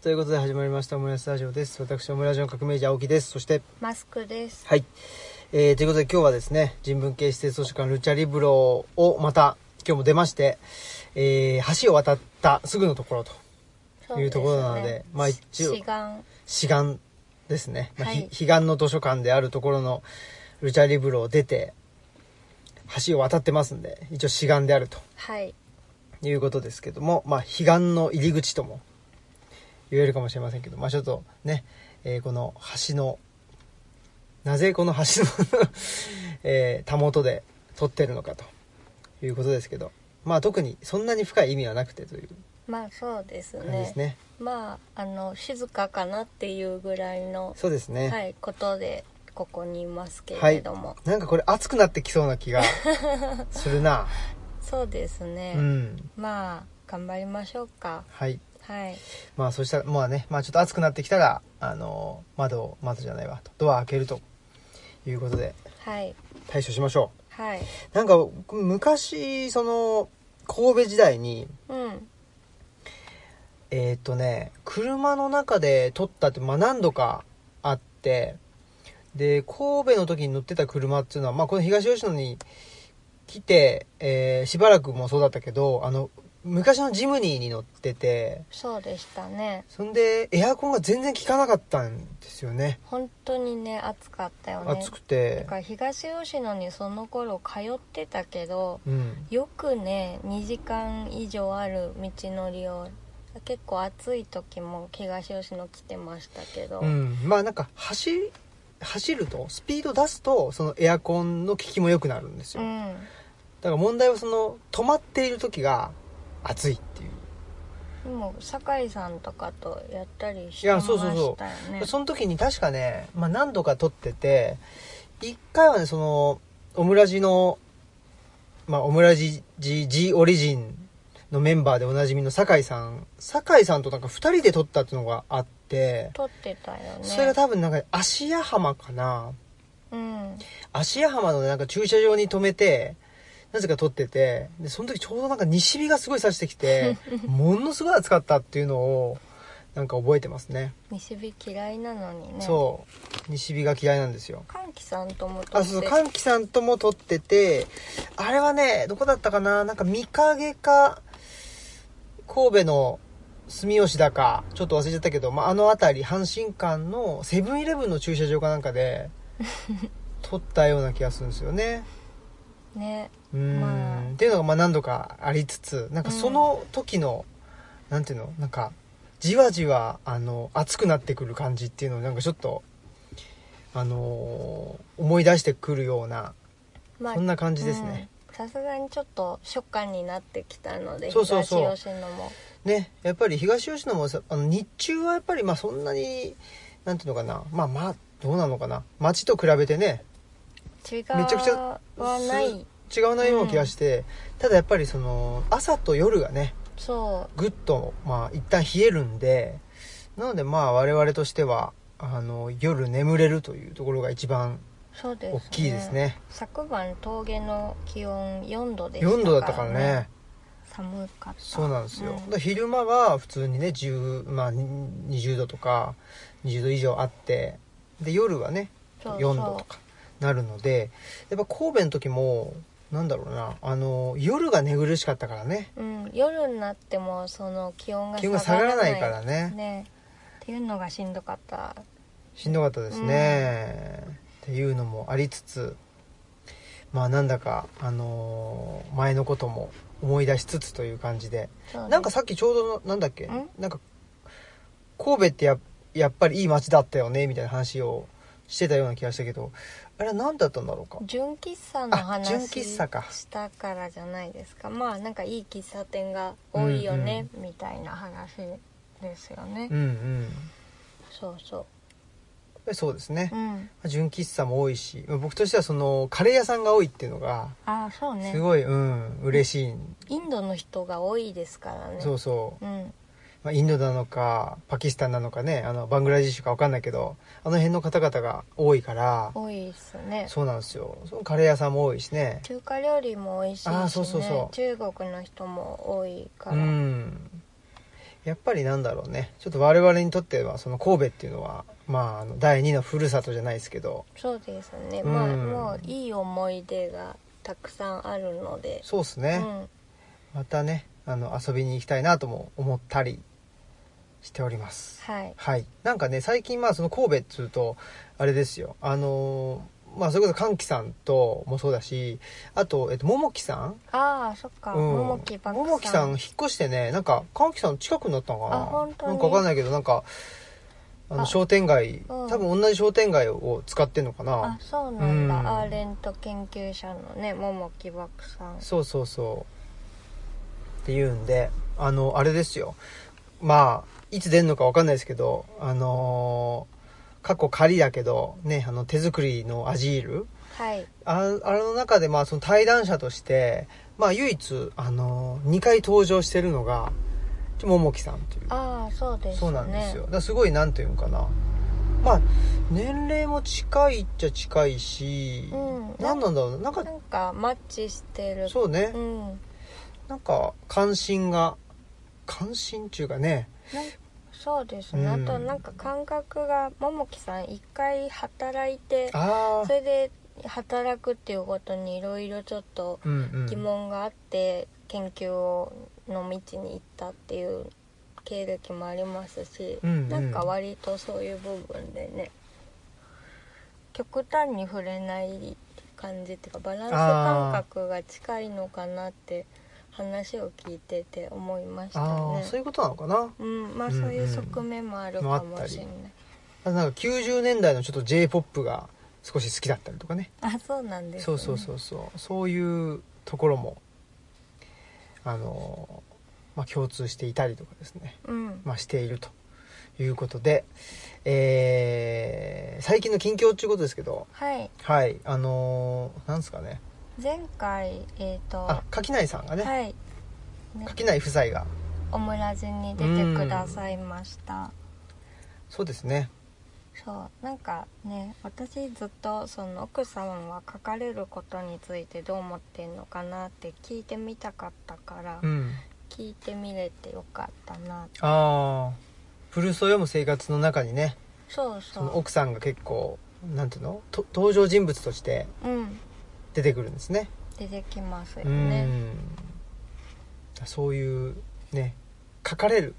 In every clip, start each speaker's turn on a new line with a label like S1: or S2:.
S1: ということで始まりましたオムライスラジオです私オムラジオの革命児青木ですそして
S2: マスクです。
S1: はい、えー、ということで今日はですね人文系施設図書館ルチャリブロをまた今日も出まして、えー、橋を渡ったすぐのところと
S2: そう
S1: いうところなのです
S2: ね
S1: まあ一応
S2: 志願。
S1: 志願ですね、まあ
S2: はい
S1: ひ彼岸の図書館であるところのルチャリブロを出て橋を渡ってますんで一応志願であると
S2: はい。
S1: いうことですけども、まあ、彼岸の入り口とも言えるかもしれませんけど、まあ、ちょっとね、えーこの橋のなぜこの橋の、 えーたもとで撮ってるのかということですけど、まあ、特にそんなに深い意味はなくてという
S2: まあそうですね。
S1: 感じですね。
S2: まああの静かかなっていうぐらいの、
S1: そうですね、
S2: はいことでここにいますけれども、
S1: なんかこれ熱くなってきそうな気がする な。
S2: そうですね。
S1: うん。
S2: まあ頑張りましょうか。
S1: はい。
S2: はい。
S1: まあそうしたら、まあね、まあちょっと暑くなってきたら、あの、窓を、窓じゃないわ、ドア開けるということで
S2: はい。
S1: 対処しましょう。
S2: はい。
S1: なんか昔その神戸時代に
S2: うん。
S1: えーっ、とね車の中で撮ったって、まあ、何度かあってで神戸の時に乗ってた車っていうのは、まあ、この東吉野に来て、えーしばらくもそうだったけどあの昔のジムニーに乗ってて
S2: そうでしたね。
S1: そんでエアコンが全然効かなかったんですよね
S2: 本当にね暑かったよね。
S1: 暑くて
S2: だから東吉野にその頃通ってたけど、
S1: うん
S2: よくね2時間以上ある道のりを結構暑い時も東吉野来てましたけど、
S1: うん、まあなんか走り走るとスピード出すとそのエアコンの効きも良くなるんです
S2: う
S1: よ、だ
S2: ん
S1: から問題はその止まっている時が暑いっていう、
S2: でも酒井さんとかとやったりし
S1: い
S2: て
S1: や
S2: ました
S1: そ
S2: よ
S1: うそうそう
S2: ね
S1: その時に確かね、まあ、何度か撮ってて一回はねそのオムラジの、まあ、オムラジ G, G オリジンのメンバーでおなじみの酒井さん酒井さんとなんか2人で撮ったっていうのがあって
S2: 撮ってたよね
S1: それが多分なんか芦屋浜かな
S2: うん
S1: 芦屋浜のなんか駐車場に止めてなぜか撮っててでその時ちょうどなんか西日がすごい差してきてものすごい暑かったっていうのをなんか覚えてますね
S2: 西日嫌いなのにね
S1: そう西日が嫌いなんですよ
S2: 歓喜さんとも撮
S1: あ
S2: って
S1: そうそう歓喜さんとも撮っててあれはねどこだったかななんか三影か神戸の住吉だかちょっと忘れちゃったけど、まあ、あの辺り阪神間のセブンイレブンの駐車場かなんかで撮ったような気がするんですよね
S2: ね
S1: うーん
S2: まあ
S1: っていうのがまあ何度かありつつなんかその時の、なんていうのなんかじわじわあの熱くなってくる感じっていうのをなんかちょっと、あのー思い出してくるような
S2: ま
S1: そんな感じですね、
S2: うんさすがにちょっと初夏になってきたので
S1: そうそうそう
S2: 東吉野も
S1: ねやっぱり東吉野もさあの日中はやっぱりまあそんなになんていうのかなまあまあどうなのかな街と比べてね
S2: 違う
S1: めちゃくちゃ
S2: はない
S1: 違う内容な気がして、ただやっぱりその朝と夜がね
S2: そう
S1: ぐっと、まあ、一旦冷えるんでなのでまあ我々としてはあの夜眠れるというところが一番
S2: そうです、
S1: 大きいですね
S2: 昨晩峠の気温4度でした
S1: 4度だったからね
S2: 寒かった
S1: そうなんですよ、だ
S2: う
S1: から昼間は普通にね10、まあ、に20度とか20度以上あってで夜はね
S2: そう
S1: 4度とかなるのでやっぱ神戸の時もなんだろうなあの夜が寝苦しかったからね
S2: うん、夜になってもその気温が
S1: 気温が下がらないから
S2: ね
S1: ね
S2: っていうのがしんどかった
S1: しんどかったですね、っていうのもありつつまあなんだか、あのー前のことも思い出しつつという感じで
S2: そうです
S1: なんかさっきちょうどなんだっけ
S2: ん
S1: なんか神戸ってややっぱりいい街だったよねみたいな話をしてたような気がしたけどあれは何だったんだろうか
S2: 純喫茶の
S1: あ純
S2: 話
S1: 喫茶か
S2: したからじゃないですかまあなんかいい喫茶店が多いよね、みたいな話ですよね、
S1: うんうんやっ
S2: そうそ
S1: ぱりそうですね
S2: ううん
S1: 純喫茶も多いし僕としてはそのカレー屋さんが多いっていうのが
S2: ああそうね
S1: すごい、うん嬉しい、
S2: インドの人が多いですからね
S1: そうそう
S2: うん
S1: まあ、インドなのかパキスタンなのかねあのバングラデシュか分かんないけどあの辺の方々が多いから
S2: 多いですね
S1: そうなんですよそのカレー屋さんも多いしね
S2: 中華料理も美味しいし、ね、
S1: あーそうそうそう
S2: 中国の人も多いから、
S1: うんやっぱりなんだろうねちょっと我々にとってはその神戸っていうのはまああの第二のふるさとじゃないですけど
S2: そうですね、
S1: うん
S2: まあもういい思い出がたくさんあるので
S1: そうですね、
S2: うん、
S1: またねあの遊びに行きたいなとも思ったりしております
S2: はい
S1: はいなんかね最近まあその神戸っつうとあれですよあのーまあそれこそ歓喜さんともそうだしあと、えっと、桃木さ
S2: ああそっか、
S1: ん、
S2: も
S1: うん、
S2: も桃木ばく
S1: 桃木さん引っ越してねなんか歓喜さん近くになったのかな
S2: あ本当に
S1: なんかわかんないけどなんかあの
S2: あ
S1: 商店街、
S2: うん
S1: 多分同じ商店街を使ってんのか
S2: あ
S1: な
S2: そうなんだ、
S1: うん
S2: アーレント研究者のね桃木ばくさん
S1: そうそうそうっていうんであのあれですよまあいつ出んのかわかんないですけどあのー過去仮だけどねあの手作りのアジール
S2: はい
S1: ああれの中でまあその対談者としてまあ唯一あの2回登場してるのが桃木さんという
S2: ああそうですね
S1: そうなんですよだからすごいなんていうのかなまあ年齢も近いっちゃ近いし、
S2: うん
S1: 何なんだろうななんか
S2: なんかマッチしてる
S1: そうね、
S2: うん
S1: なんか関心が関心っていうかね
S2: なんそうですね、
S1: うん
S2: あとなんか感覚が桃木さん一回働いて
S1: あ
S2: そ
S1: あ
S2: れで働くっていうことにいろいろちょっと
S1: うんうん
S2: 疑問があって研究をの道に行ったっていう経歴もありますし、
S1: うんうん
S2: なんか割とそういう部分でね極端に触れない感じっていうかバランス感覚が近いのかなって話を聞いてて思いました
S1: ああ
S2: ね。
S1: そういうことなのかな
S2: うん、まあ
S1: うんうん
S2: そういう側面もあるかもしれない。
S1: あとなんか90年代のちょっと j p o p が少し好きだったりとかね
S2: あ、そうなんです、ね。
S1: そうそうそうそうそういうところもあのまあ共通していたりとかですね
S2: う。うん。
S1: まあ、しているということで、えー最近の近況ということですけど
S2: はい。
S1: はいあのーなんですかね
S2: 前回えっ、と、
S1: あ垣内さんがね、
S2: はい。ね
S1: 垣内夫妻が
S2: オムラジに出てくださいました。
S1: そうですね
S2: そうなんかね私ずっとその奥さんは書かれることについてどう思ってんのかなって聞いてみたかったから、
S1: うん
S2: 聞いてみれてよかったな
S1: ああブルースを読む生活の中にね
S2: そう
S1: そ
S2: そ
S1: の
S2: う
S1: 奥さんが結構なんていうのと登場人物として
S2: うん
S1: 出てくるんですね
S2: 出てきますよ
S1: うん
S2: ね
S1: そういうね書かれる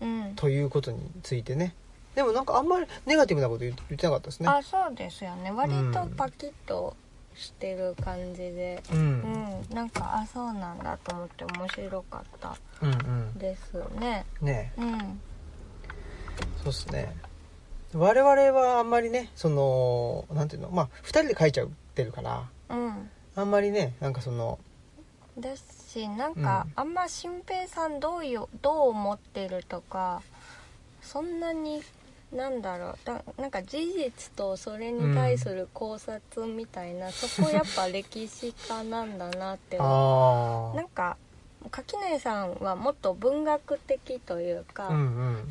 S2: うん
S1: ということについてねでもなんかあんまりネガティブなこと言って言ってなかったですね
S2: あそうですよね割と
S1: うん
S2: パキッとしてる感じで
S1: うん、
S2: うん、なんかあそうなんだと思って面白かった
S1: うんうん
S2: ですね
S1: ね
S2: うん
S1: そうっすね我々はあんまりねそのなんていうのまあ2人で書いちゃってるから
S2: うん
S1: あんまりねなんかその
S2: だしなんか、
S1: うん
S2: あんま新平さんどうよどう思ってるとかそんなになんだろうだなんか事実とそれに対する考察みたいな、そこやっぱ歴史家なんだなって思 う
S1: あ
S2: なんか垣内さんはもっと文学的というか、
S1: あうんう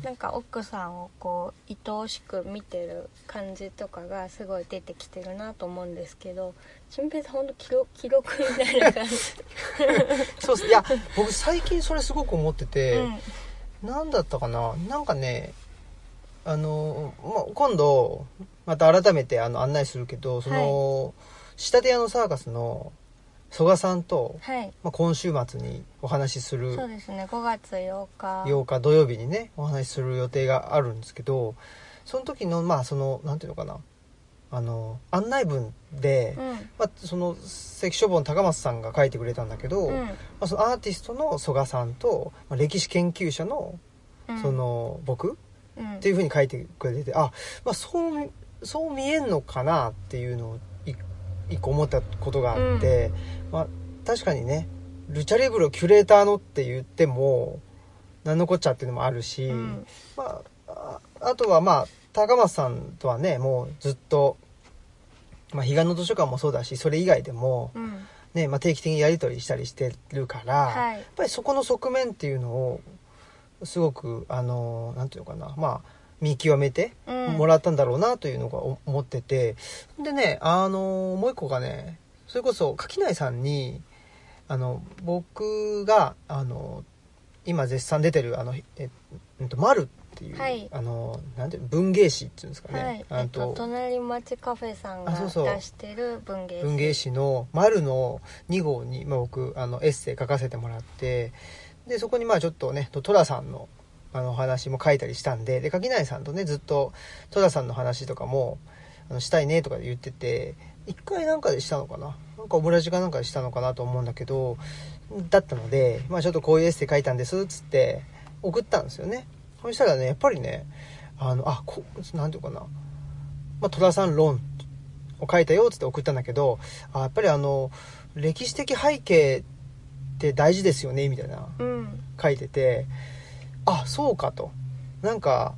S1: ん
S2: なんか奥さんをこう愛おしく見てる感じとかがすごい出てきてるなと思うんですけど俊平さんほんと記録記録になる感じ、
S1: そうっすいや僕最近それすごく思ってて、
S2: うん
S1: なんだったかななんかねあの、まあ、今度また改めてあの案内するけどその、下手屋のサーカスの曽我さんと、
S2: はい
S1: まあ、今週末にお話しする
S2: そうですね5月8日
S1: 8日土曜日にねお話しする予定があるんですけどその時のまあそのなんていうのかなあの案内文で、
S2: うん
S1: まあ、その関書房の高松さんが書いてくれたんだけど、
S2: うん
S1: まあ、そのアーティストの曽我さんと、まあ、歴史研究者の
S2: うん
S1: その僕
S2: うん
S1: っていうふうに書いてくれててあ、まあ、そうそう見えんのかなっていうのをい一個思ったことがあって、まあ、確かにねルチャリブロキュレーターのって言っても何のこっちゃっていうのもあるし、
S2: うん
S1: まあ、ああとはまあ高松さんとはねもうずっと、まあ、彼岸の図書館もそうだしそれ以外でも、
S2: うん
S1: ねまあ、定期的にやり取りしたりしてるから、
S2: は
S1: や
S2: い
S1: っぱりそこの側面っていうのをすごくあのなんていうのかなまあ見極めて
S2: うん
S1: もらったんだろうなというのがお思ってて、でねあのもう一個がねそれこそ垣内さんにあの僕があの今絶賛出てるあのええっとマルっていう、
S2: はい
S1: あのなんていう文芸誌っていうんですかね、
S2: はい、
S1: あ
S2: えっと
S1: と
S2: 隣町カフェさんが
S1: あそうそう
S2: 出してる文芸誌
S1: 文芸誌の「丸の2号に、まあ、僕あのエッセイ書かせてもらってでそこにまあちょっとねと寅さんのあのお話も書いたりしたんでで垣内さんとねずっと寅さんの話とかもあのしたいねとか言ってて一回なんかでしたのかななんかオムラジかなんかでしたのかなと思うんだけどだったので、まあ、ちょっとこういうエッセイ書いたんですっつって送ったんですよねそしたらねやっぱりねあのあこなんていうかなまあ、寅さん論を書いたよっつって送ったんだけどあやっぱりあの歴史的背景って大事ですよねみたいな
S2: うん
S1: 書いててあそうかとなんか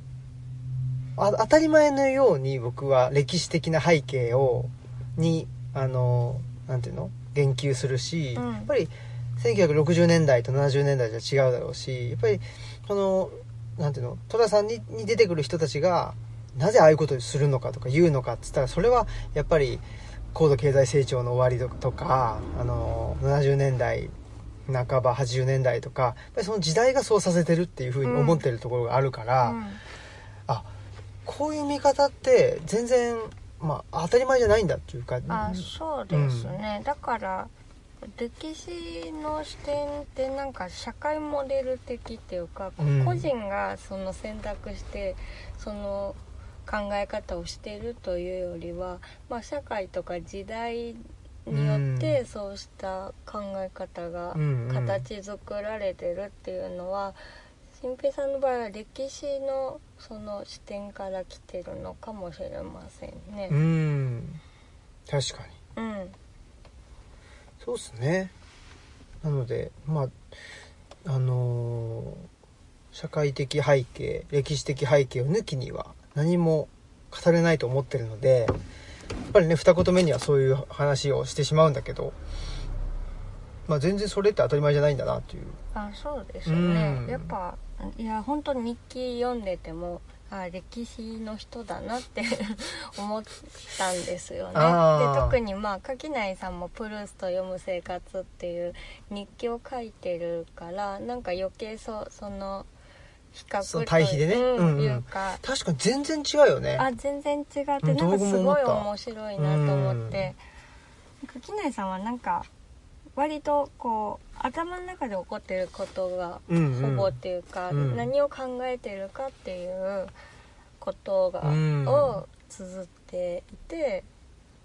S1: あ当たり前のように僕は歴史的な背景をにあのなんていうの言及するし、
S2: うん
S1: やっぱり1960年代と70年代じゃ違うだろうしやっぱりこのなんていうの寅さんにに出てくる人たちがなぜああいうことをするのかとか言うのかっつったらそれはやっぱり高度経済成長の終わりとかあの70年代半ば80年代とかやっぱりその時代がそうさせてるっていうふうに思ってるところがあるから、
S2: うん
S1: あこういう見方って全然、まあ、当たり前じゃないんだっていうか
S2: あそうですね、だから歴史の視点ってなんか社会モデル的っていうか、こ
S1: うん
S2: 個人がその選択してその考え方をしてるというよりは、まあ、社会とか時代によっ
S1: う
S2: てそうした考え方が
S1: うんうん
S2: 形作られてるっていうのは新平さんの場合は歴史のその視点から来てるのかもしれませんね
S1: う。ん確かに
S2: うん
S1: そうですねなのでまああのー社会的背景歴史的背景を抜きには何も語れないと思ってるのでやっぱりね二言目にはそういう話をしてしまうんだけど、まあ、全然それって当たり前じゃないんだなっていう
S2: あそうですね、
S1: うん
S2: やっぱいや本当に日記読んでてもあ歴史の人だなって 思ったんですよね
S1: あー
S2: で特にまあ垣内さんも「プルースト読む生活」っていう日記を書いてるからなんか余計そうその比較
S1: そ
S2: と
S1: の対比でね
S2: うん
S1: うんうん
S2: いうか
S1: 確かに全然違うよね
S2: あ全然違ってなん
S1: うん
S2: かすごい
S1: 道具も
S2: 面白いなと思って垣内さんはなんか割とこう頭の中で起こってることが
S1: うんう
S2: ほ
S1: ん
S2: ぼっていうか、
S1: うん
S2: 何を考えてるかっていうことが、
S1: うん
S2: を綴っていて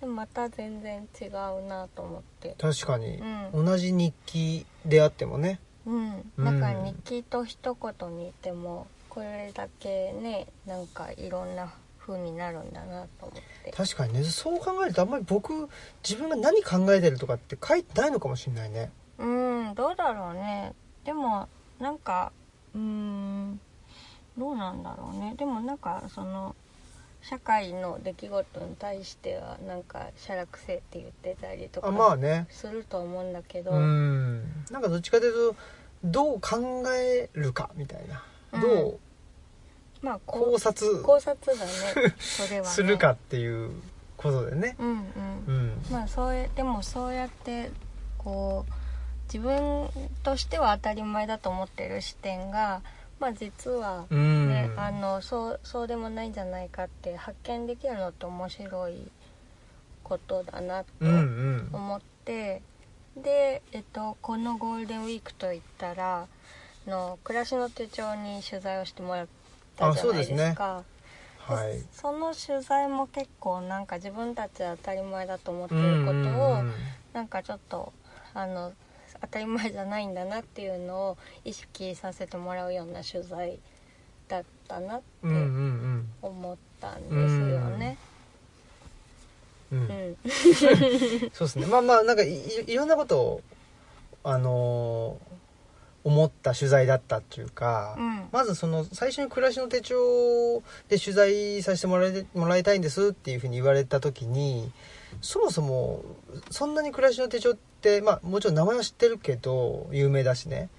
S2: でまた全然違うなと思って。
S1: 確かに
S2: う、ん
S1: 同じ日記であってもね
S2: うん、
S1: うん
S2: なんか日記と一言に言ってもこれだけねなんかいろんな風になるんだなと思って
S1: 確かにねそう考えるとあんまり僕自分が何考えてるとかって書いてないのかもしれないね
S2: うんどうだろうねでもなんかうーんどうなんだろうねでもなんかその社会の出来事に対してはなんか写楽性って言ってたりと
S1: あまあ
S2: か
S1: ね
S2: すると思うんだけど、
S1: うんなんかどっちかというとどう考えるかみたいな、
S2: うん
S1: どう
S2: まあこ
S1: 考
S2: う
S1: 察
S2: 考察だねそれはね
S1: するかっていうことでね
S2: うんうん、
S1: うん
S2: まあそうやでもそうやってこう自分としては当たり前だと思ってる視点がまあ実は
S1: うん、
S2: ね、あのそうそうでもないんじゃないかって発見できるのって面白いことだなと
S1: うんうん
S2: 思って、で、えっと、このゴールデンウィークといったらあの暮らしの手帳に取材をしてもらったじゃないですかで
S1: はい
S2: その取材も結構なんか自分たちは当たり前だと思ってることを、
S1: うん
S2: なんかちょっとあの当たり前じゃないんだなっていうのを意識させてもらうような取材だったなって
S1: うんうん
S2: 思ったんですよね。
S1: うんうん
S2: う、ん、
S1: そうですねまあまあなんかいいいろんなことをあのー思った取材だったっていうか、
S2: うん
S1: まずその最初に「暮らしの手帳」で取材させてもらえもらいたいんですっていうふうに言われた時にそもそもそんなに「暮らしの手帳」って、まあ、もちろん名前は知ってるけど有名だしね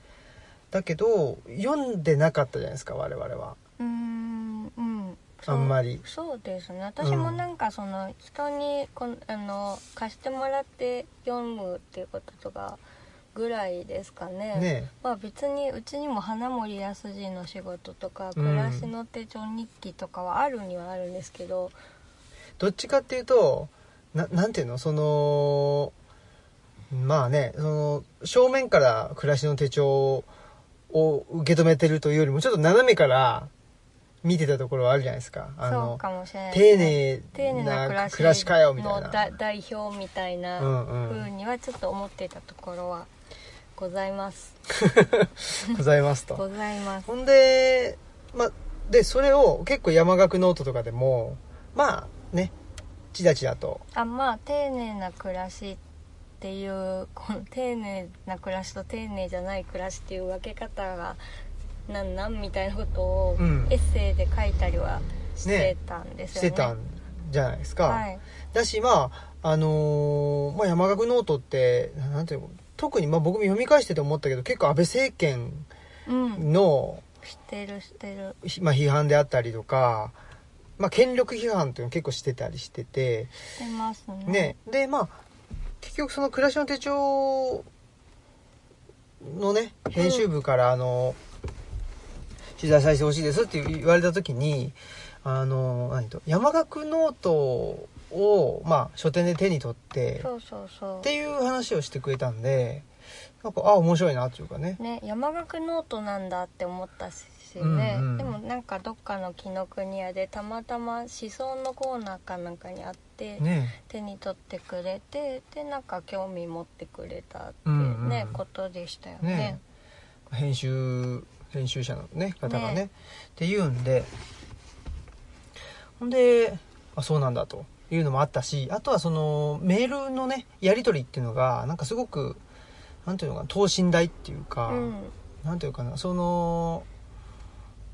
S1: だけど読んでなかったじゃないですか我々は。
S2: うーん、うん、
S1: あんまり
S2: そうそうですね。私もなんかその人にこのあの貸してもらって読むっていうこととかぐらいですかね
S1: ね
S2: まあ別にうちにも花森康次の仕事と
S1: う
S2: か
S1: ん
S2: 暮らしの手帳日記とかはあるにはあるんですけど、
S1: どっちかっていうとななんていうのそのまあねその正面から暮らしの手帳を受け止めてるというよりもちょっと斜めから見てたところはあるじゃないですかあ
S2: そう
S1: の
S2: かもしれないです
S1: 丁
S2: ね
S1: 寧
S2: 丁寧な暮ら
S1: な
S2: し
S1: 暮らしかよみたい
S2: の
S1: な
S2: だ代表みたいうなん
S1: う
S2: 風
S1: ん
S2: にはちょっと思ってたところはございます、
S1: ございますと
S2: ございます
S1: ほんで、まあ、で、それを結構山岳ノートとかでも、まあね、チラチラと、
S2: あまあ丁寧な暮らしっていうこの 丁寧な暮らしと丁寧じゃない暮らしっていう分け方がなんなんみたいなことを
S1: うん
S2: エッセイで書いたりはしてたんです
S1: し
S2: よね。
S1: てたんじゃないですか。
S2: はい、
S1: だし、まあ、あのーまあ、山岳ノートって、ななんていうの、特に、まあ、僕も読み返してて思ったけど、結構安倍政権
S2: うん、
S1: の、
S2: してるしてる。
S1: ひまあ、批判であったりとか、まあ、権力批判というのを結構してたりしてて、
S2: してますね。
S1: ね、でまあ結局その「暮らしの手帳」のね編集部からあの、取材させてほしいですって言われた時にあの何と山岳ノートを、まあ、書店で手に取って
S2: そうそうそ
S1: っていう話をしてくれたんでなんかあ面白いなっていうかね
S2: う。ね山岳ノートなんだって思ったしね、
S1: うんうん
S2: でもなんかどっかの紀ノ国屋でたまたま思想のコーナーかなんかにあって。
S1: ね
S2: 手に取ってくれてでなんか興味持ってくれたって
S1: うんうん
S2: ね、ことでしたよね
S1: ね編集編集者の、ね、方がね
S2: ね
S1: っていうんでほんであそうなんだというのもあったしあとはそのメールのねやり取りっていうのがなんかすごくなんていうのかな等身大っていうか、
S2: うん
S1: なんていうかなその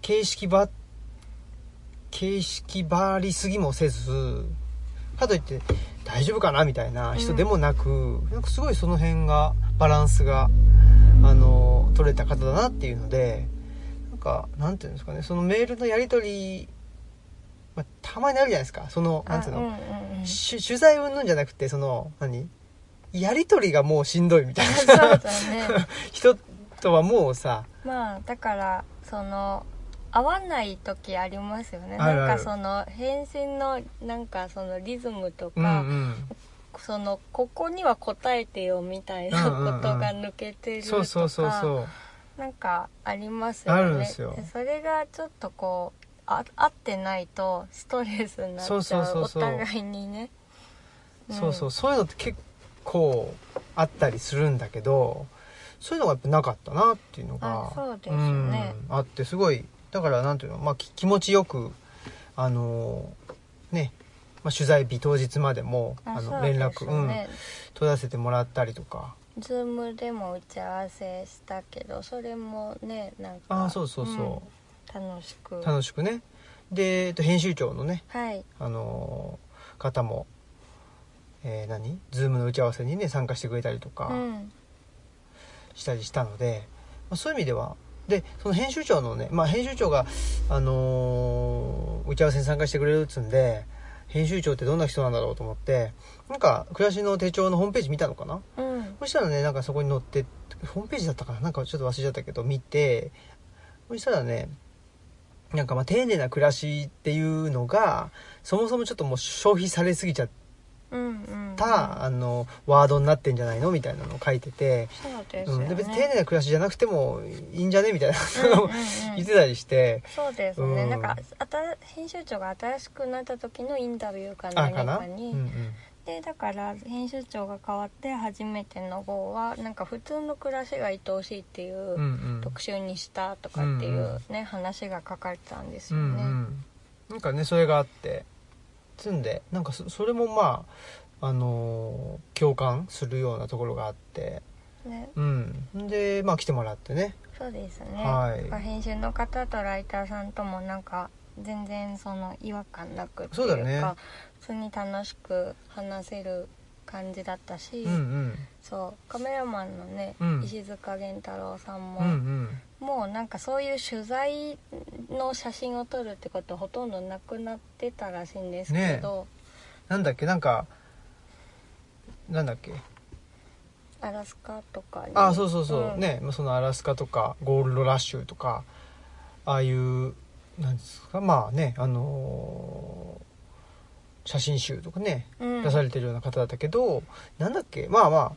S1: 形式ば形式ばりすぎもせずかといって大丈夫かなみたいな人でもなく、なんかすごいその辺がバランスがあの取れた方だなっていうのでなんかなんていうんですかねそのメールのやり取り、まあ、たまにあるじゃないですかそのなんていうの、
S2: あうん うんうんそう
S1: し取材うんぬんじゃなくてその何やり取りがもうしんどいみ たいな
S2: だね
S1: 人とはもうさ
S2: まあだからその合わない時ありますよね
S1: あるある
S2: なんかその返信のなんかそのリズムと
S1: うんう
S2: か、
S1: ん
S2: そのここには答えてよみたいなことが抜けてるとか、
S1: そうそうそうそ
S2: なんかありますよね
S1: あるんですよ
S2: それがちょっとこうあ合ってないとストレスになっちゃ
S1: そううそうそうそう
S2: お互いにね、
S1: う、
S2: ん
S1: そうそうそういうのって結構あったりするんだけどそういうのがやっぱなかったなっていうのが
S2: あそうですね
S1: うんあってすごいだからなんていうの、まあ、き気持ちよくあのーね、まあ、取材日当日までもあ
S2: そ
S1: の
S2: うです
S1: 連絡、
S2: ね、
S1: うん、取らせてもらったりとか
S2: ズームでも打ち合わせしたけどそれもねなんか
S1: あそうそうそ
S2: うん楽しく
S1: う、楽しくねで、えっと、編集長のね
S2: はい
S1: あのー方も、えー何ズームの打ち合わせにね参加してくれたりとか、
S2: うん
S1: したりしたので、まあ、そういう意味ではでその編集長のね、まあ、編集長が、あのー打ち合わせに参加してくれるっつうんで編集長ってどんな人なんだろうと思ってなんか暮らしの手帳のホームページ見たのかな
S2: うん
S1: そしたらねなんかそこに載ってホームページだったかななんかちょっと忘れちゃったけど見てそしたらねなんかまあ丁寧な暮らしっていうのがそもそもちょっともう消費されすぎちゃっ
S2: うんうんうん
S1: た、あのワードになってんじゃないのみたいなのを書いてて
S2: そうですよ
S1: う
S2: ね、
S1: ん、で別に丁寧な暮らしじゃなくてもいいんじゃねみたいな
S2: うん
S1: の
S2: う
S1: を
S2: んうん
S1: 言ってたりして、
S2: そうですね、
S1: うん
S2: なんかあた編集長が新しくなった時のインタビューか
S1: あ
S2: 何
S1: かな、
S2: か
S1: うん
S2: に
S1: うん、
S2: でだから編集長が変わって初めての号はなんか普通の暮らしが愛おしいっていううん
S1: うん
S2: 特集にしたとかってい
S1: うん
S2: うね話が書かれてたんです
S1: う
S2: よ
S1: んう
S2: ね。
S1: んなんかねそれがあってつんでなんかそそれもまああのー共感するようなところがあって
S2: ね
S1: うんでまあ来てもらってね
S2: そうですね、
S1: はい
S2: なんか編集の方とライターさんともなんか全然その違和感なくって
S1: そう
S2: いうか
S1: だね
S2: 普通に楽しく話せる感じだったし、
S1: うんうん
S2: そうカメラマンのね、
S1: うん
S2: 石塚源太郎さんも、
S1: うんうん
S2: もうなんかそういう取材の写真を撮るってことほとんどなくなってたらしいんですけど、
S1: なんだっけなんかなんだっけ
S2: あアラスカとかに
S1: あそうそうそう、
S2: ん
S1: ねまあそのアラスカとかゴールドラッシュとかああいうなんですかまあねあのー写真集とかね
S2: うん
S1: 出されてるような方だったけど、なんだっけまあまあ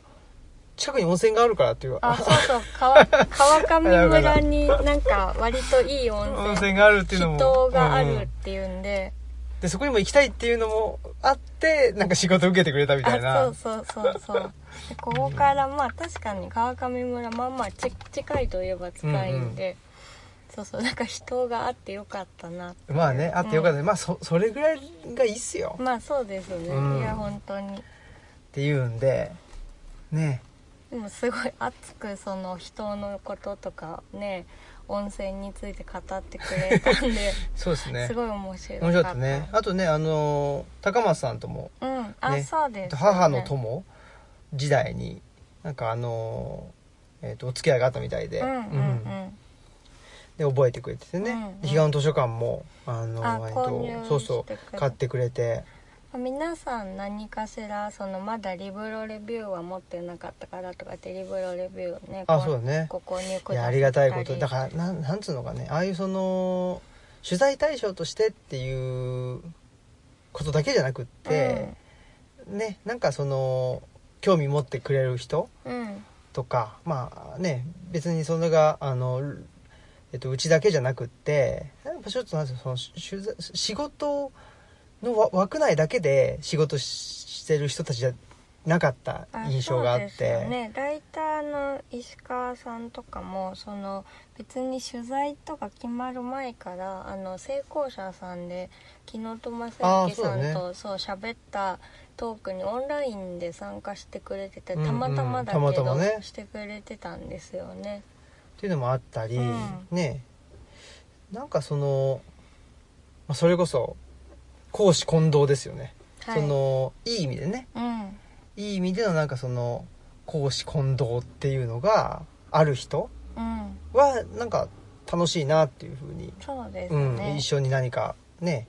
S1: 近くに温泉があるからっていう
S2: あそうそう川川上村になんか割といい温
S1: 温
S2: 泉
S1: 泉があるっていうのも
S2: 人があ
S1: うんう
S2: るっ
S1: ん
S2: ていうんで、
S1: でそこにも行きたいっていうのもあってなんか仕事受けてくれたみたいな
S2: あそうそうそうそうでここからまあ確かに川上村まあまあち近いといえば近いんで、そうそうなんか人があってよかったな
S1: まあねあってよかった、まあそそれぐらいがいいっすよ、っ
S2: まあそうですね、
S1: うん
S2: いや本当に
S1: ていうんでね
S2: でもすごい熱くその人のこととかね温泉について語ってくれたんで、
S1: そうです ね
S2: すごい面白か
S1: 面
S2: った
S1: 白かったねあとねあのー高松さんとも、
S2: うんあ、
S1: ね
S2: そうです、
S1: 母の友時代になんかあのーえー、とお付き合いがあったみたいで、
S2: うんうんうん、
S1: で覚えてくれててね、
S2: うんうん
S1: で彼岸図書館もあの
S2: あ
S1: 割
S2: 購入してくれ
S1: そうそう買ってくれて
S2: 皆さん何かしらそのまだリブロレビューは持ってなかったからとかってリブロレビューをね
S1: あ
S2: こ
S1: そうだね
S2: ご購入く
S1: いや
S2: ださったり
S1: ありがたいことだからなんなんつうのかねああいうその取材対象としてっていうことだけじゃなくって、ねなんかその興味持ってくれる人
S2: うん、うん
S1: とかまあね別にそれがあの、えっと、うちだけじゃなくってやっぱちょっとなんていうのそのし取材仕事のわ枠内だけで仕事ししてる人たちじゃなかった
S2: あ
S1: 印象があっ
S2: そうです
S1: て
S2: よねライターの石川さんとかもその別に取材とか決まる前からあの成功者さんで木野智之さん
S1: あ
S2: とそう喋ったトークにオンラインで参加してくれてて
S1: うんうん
S2: たまたまだけ
S1: た
S2: ど
S1: またまね
S2: してくれてたんですよね。
S1: っていうのもあったり、
S2: うん
S1: ねなんかその、まあ、それこそ公私混同ですよね、
S2: はい、
S1: そのいい意味でね
S2: うん
S1: いい意味でのなんかその公私混同っていうのがある人
S2: うん
S1: はなんか楽しいなっていうふうに、
S2: そうです
S1: う
S2: ね、
S1: ん、一緒に何かね、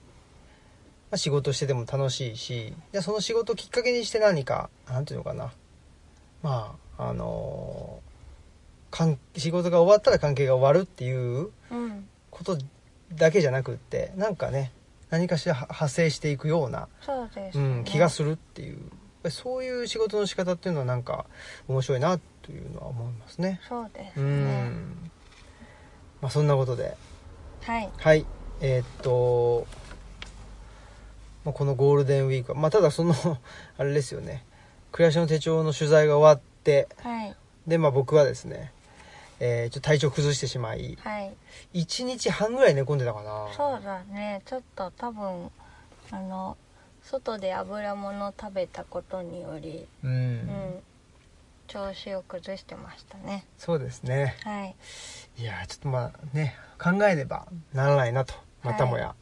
S1: まあ、仕事してても楽しいしでその仕事をきっかけにして何かなんていうのかなまああのー関仕事が終わったら関係が終わるっていう
S2: うん、
S1: ことだけじゃなくってなんかね何かしらは派生していくような、
S2: そうです
S1: う
S2: ね、
S1: ん、気がするっていうやっぱりそういう仕事の仕方っていうのはなんか面白いなというのは思いますね。
S2: そうです
S1: う
S2: ね、
S1: んまあ、そんなことで
S2: はい
S1: はいえーっと、まあ、このゴールデンウィークは、まあ、ただその あれですよね「暮らしの手帳」の取材が終わって
S2: はい
S1: で、まあ、僕はですね、えーちょっと体調崩してしまい
S2: はい
S1: 1日半ぐらい寝込んでたかな
S2: そうだねちょっと多分あの外で油物食べたことにより、
S1: うん、
S2: うん調子を崩してましたね
S1: そうですね
S2: はい
S1: いやーちょっとまあね考えねばならないなとまたもや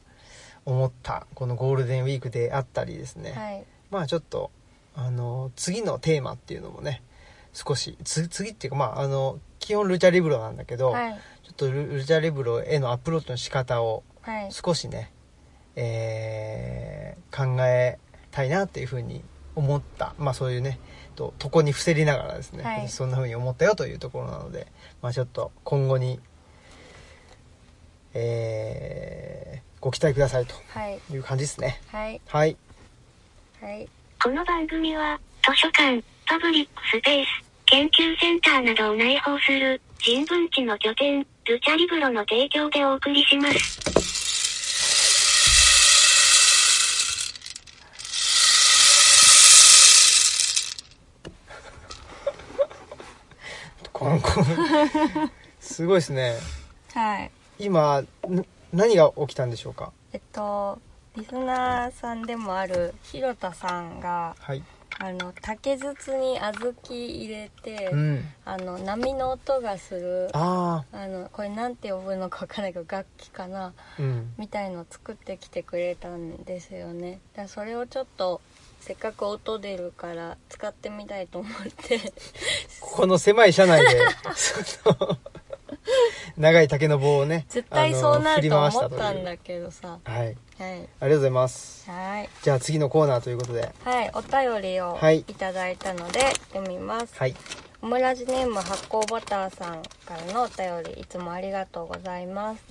S1: 思ったこのゴールデンウィークであったりですね、
S2: はい
S1: まあちょっとあの次のテーマっていうのもね少しつ次っていうかまああの基本ルチャリブロなんだけど、
S2: はい
S1: ちょっとルルチャリブロへのアプローチの仕方を
S2: はい
S1: 少しね、えー考えたいなっていうふうに思ったまあそういうねと床に伏せりながらですね、
S2: はい
S1: そんなふうに思ったよというところなのでまあちょっと今後に、えーご期待くださいと
S2: はい
S1: いう感じですね
S2: はい
S1: はい
S2: はい
S3: この番組は、図書館、パブリックスペース、研究センターなどを内包する、人文地の拠点、ルチャリブロの提供でお送りします。
S1: このこのすごいですね
S2: はい
S1: 今ん何が起きたんでしょうか
S2: えっとリスナーさんでもある広田さんが
S1: はい、
S2: あの竹筒に小豆入れて、
S1: うん、
S2: あの波の音がする
S1: あ
S2: あのこれなんて呼ぶのかわからないけど楽器かな
S1: あうん
S2: みたいのを作ってきてくれたんですよねだからそれをちょっとせっかく音出るから使ってみたいと思って
S1: この狭い車内で その長い竹の棒をね
S2: 絶対そうなると思った
S1: あの振
S2: ん
S1: り回し
S2: だけどさ
S1: たというはいあり
S2: はい
S1: がとうございます
S2: はい
S1: じゃあ次のコーナーということで
S2: はいお便りを
S1: はい
S2: いただいたので読みます、
S1: はい
S2: オムラジネーム発酵バターさんからのお便りいつもありがとうございます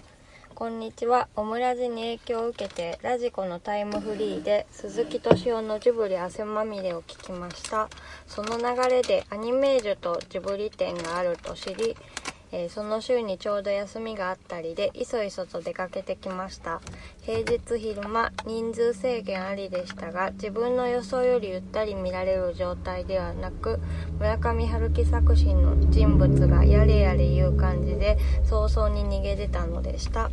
S2: こんにちはオムラジに影響を受けてラジコのタイムフリーで鈴木敏夫のジブリ汗まみれを聞きましたその流れでアニメージュとジブリ展があると知りえーその週にちょうど休みがあったりでいそいそと出かけてきました平日昼間人数制限ありでしたが自分の予想よりゆったり見られる状態ではなく村上春樹作品の人物がやれやれ言う感じで早々に逃げ出たのでした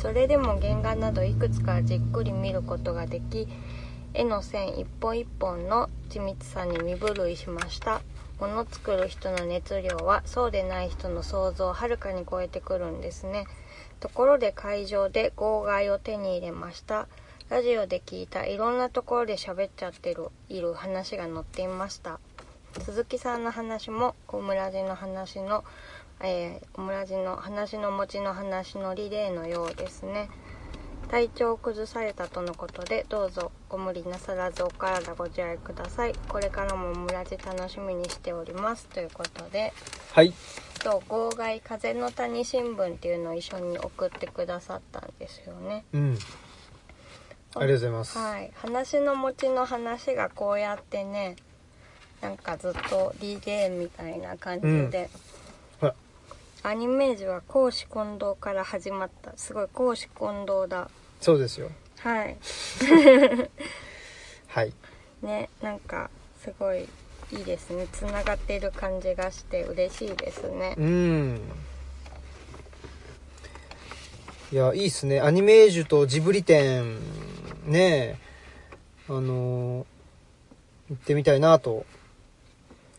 S2: それでも原画などいくつかじっくり見ることができ絵の線一本一本の緻密さに身震いしました物作る人の熱量はそうでない人の想像をはるかに超えてくるんですねところで会場で号外を手に入れましたラジオで聞いたいろんなところで喋っちゃってるいる話が載っていました鈴木さんの話もオムラジの話の、えーオムラジの話の持ちの話のリレーのようですね体調を崩されたとのことでどうぞご無理なさらずお体ご自愛くださいこれからもオムラジ楽しみにしておりますということで
S1: はい
S2: と号外風の谷新聞っていうのを一緒に送ってくださったんですよね
S1: うんありがとうございます
S2: はい話の持ちの話がこうやってねなんかずっとリレーみたいな感じで、
S1: ほら
S2: アニメージュは公私混同から始まったすごい公私混同だ
S1: そうですよ
S2: はい
S1: はい
S2: ねなんかすごいいいですねつながってる感じがして嬉しいですね
S1: うんいやいいっすねアニメージュとジブリ展ねあのー行ってみたいなと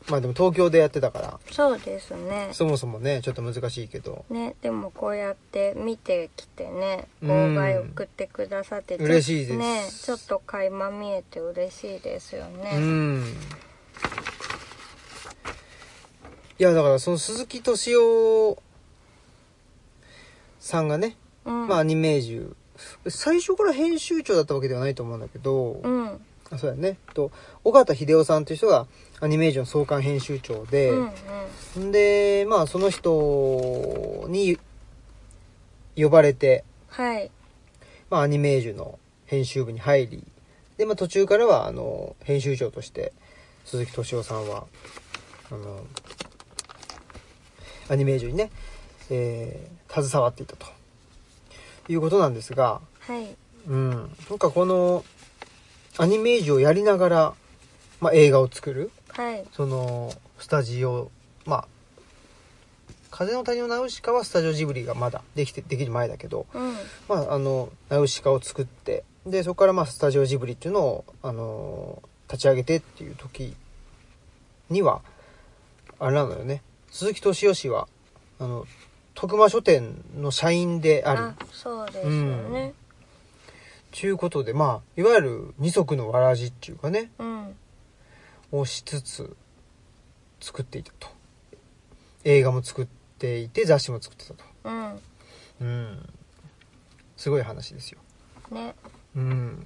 S1: まあでも東京でやってたか
S2: そうですね
S1: らそもそもねちょっと難しいけど
S2: ねでもこうやって見てきてね
S1: うん
S2: 号外送ってくださってちょ
S1: 嬉しいです
S2: ねちょっと垣間見えて嬉しいですよね、
S1: うんいやだからその鈴木敏夫さんがね、
S2: うん
S1: まあアニメージュ最初から編集長だったわけではないと思うんだけど、
S2: うん
S1: あそうだねと尾形秀夫さんという人がアニメージョン創刊編集長で、
S2: うんうん
S1: んでまあその人に呼ばれて、
S2: はい
S1: まあ、アニメージュの編集部に入りで、まあ、途中からはあの編集長として鈴木敏夫さんはあのアニメージュにね、えー携わっていたということなんですが、
S2: はい
S1: うん、なんかこのアニメージュをやりながら、まあ、映画を作る
S2: はい
S1: そのスタジオまあ「風の谷のナウシカ」はスタジオジブリがまだできてできる前だけど、
S2: うん
S1: まあ、あのナウシカを作ってでそこからまあスタジオジブリっていうのを、あの立ち上げてっていう時にはあれなのよね鈴木敏夫氏はあの徳間書店の社員である
S2: そうですよね
S1: ちゅうことで、まあ、いわゆる二足のわらじっていうかね、
S2: うん
S1: をしつつ作っていたと。映画も作っていて、雑誌も作ってたと。
S2: うん
S1: うん。すごい話ですよ。
S2: ね
S1: うん。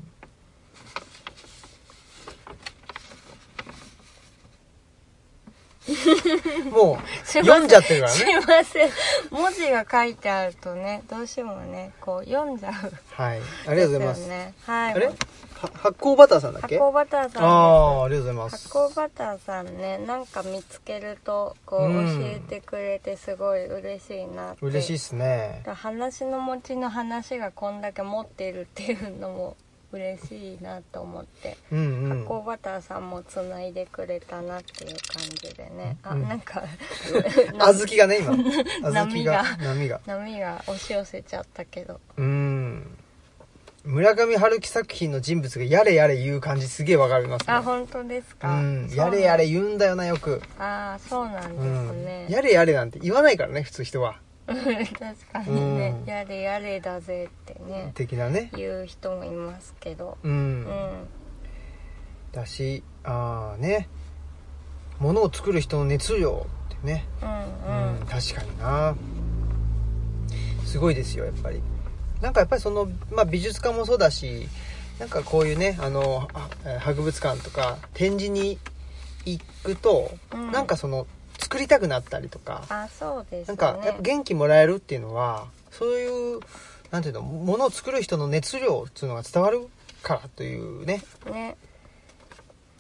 S1: もう、
S2: すいません
S1: 読んじゃってるから
S2: す
S1: ね。
S2: いません文字が書いてあるとねどうしてもねこう読んじゃう
S1: はい。ありがとうございま。
S2: ですよねはい
S1: あれは発酵バターさんだっ
S2: 発
S1: け
S2: 酵バターさんです
S1: ああ、ありがとうございます。
S2: 発酵バターさんねなんか見つけるとこう
S1: うん
S2: 教えてくれてすごい嬉しいなって
S1: 嬉しいっすね。
S2: 話の持ちの話がこんだけ持ってるっていうのも嬉しいなと思って
S1: うんう
S2: 発
S1: ん。
S2: 酵バターさんもつないでくれたなっていう感じでねあ
S1: うん
S2: な んかな
S1: 小豆がね 今小豆
S2: 波
S1: が
S2: が
S1: 波が
S2: 波が押し寄せちゃったけど
S1: うーん村上春樹作品の人物がやれやれ言う感じすげえわかりますね
S2: あ本当です
S1: う
S2: か、
S1: ん
S2: そうな
S1: や
S2: ん
S1: れやれ言うんだよなよく、
S2: ああそうなん
S1: う
S2: です
S1: ん
S2: ね、
S1: やれやれなんて言わないからね普通人は
S2: 確かにね、
S1: うん
S2: やれやれだぜってね
S1: 的なね
S2: 言う人もいますけど
S1: う、
S2: うんん
S1: だしああね物を作る人の熱量ってね
S2: うん
S1: う
S2: うん
S1: ん、確かになすごいですよやっぱりなんかやっぱりその、まあ、美術館もそうだしなんかこういうねあのあえー博物館とか展示に行くと、
S2: うん
S1: なんかその作作りたくなったりとか
S2: あそうです
S1: な
S2: ね
S1: んかやっぱ元気もらえるっていうのはそういうなんていうのものを作る人の熱量っていうのが伝わるからというね
S2: ね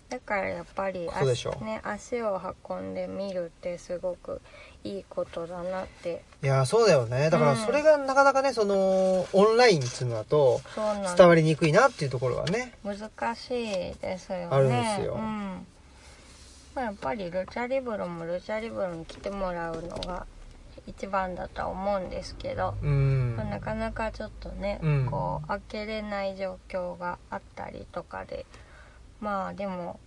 S2: だからやっぱり
S1: そうでしょ
S2: 足ね、足を運んで見るってすごくいいことだなって
S1: いやーそうだよねだか
S2: う
S1: ら
S2: ん
S1: それがなかなかねそのオンラインっていうのだと
S2: そうなん
S1: 伝わりにくいなっていうところはね
S2: 難しいですよね
S1: あるんですよ
S2: うんまあ、やっぱりルチャリブロもルチャリブロに来てもらうのが一番だとは思うんですけど、
S1: うん
S2: まあなかなかちょっとね、
S1: うん
S2: こう開けれない状況があったりとかでまあでも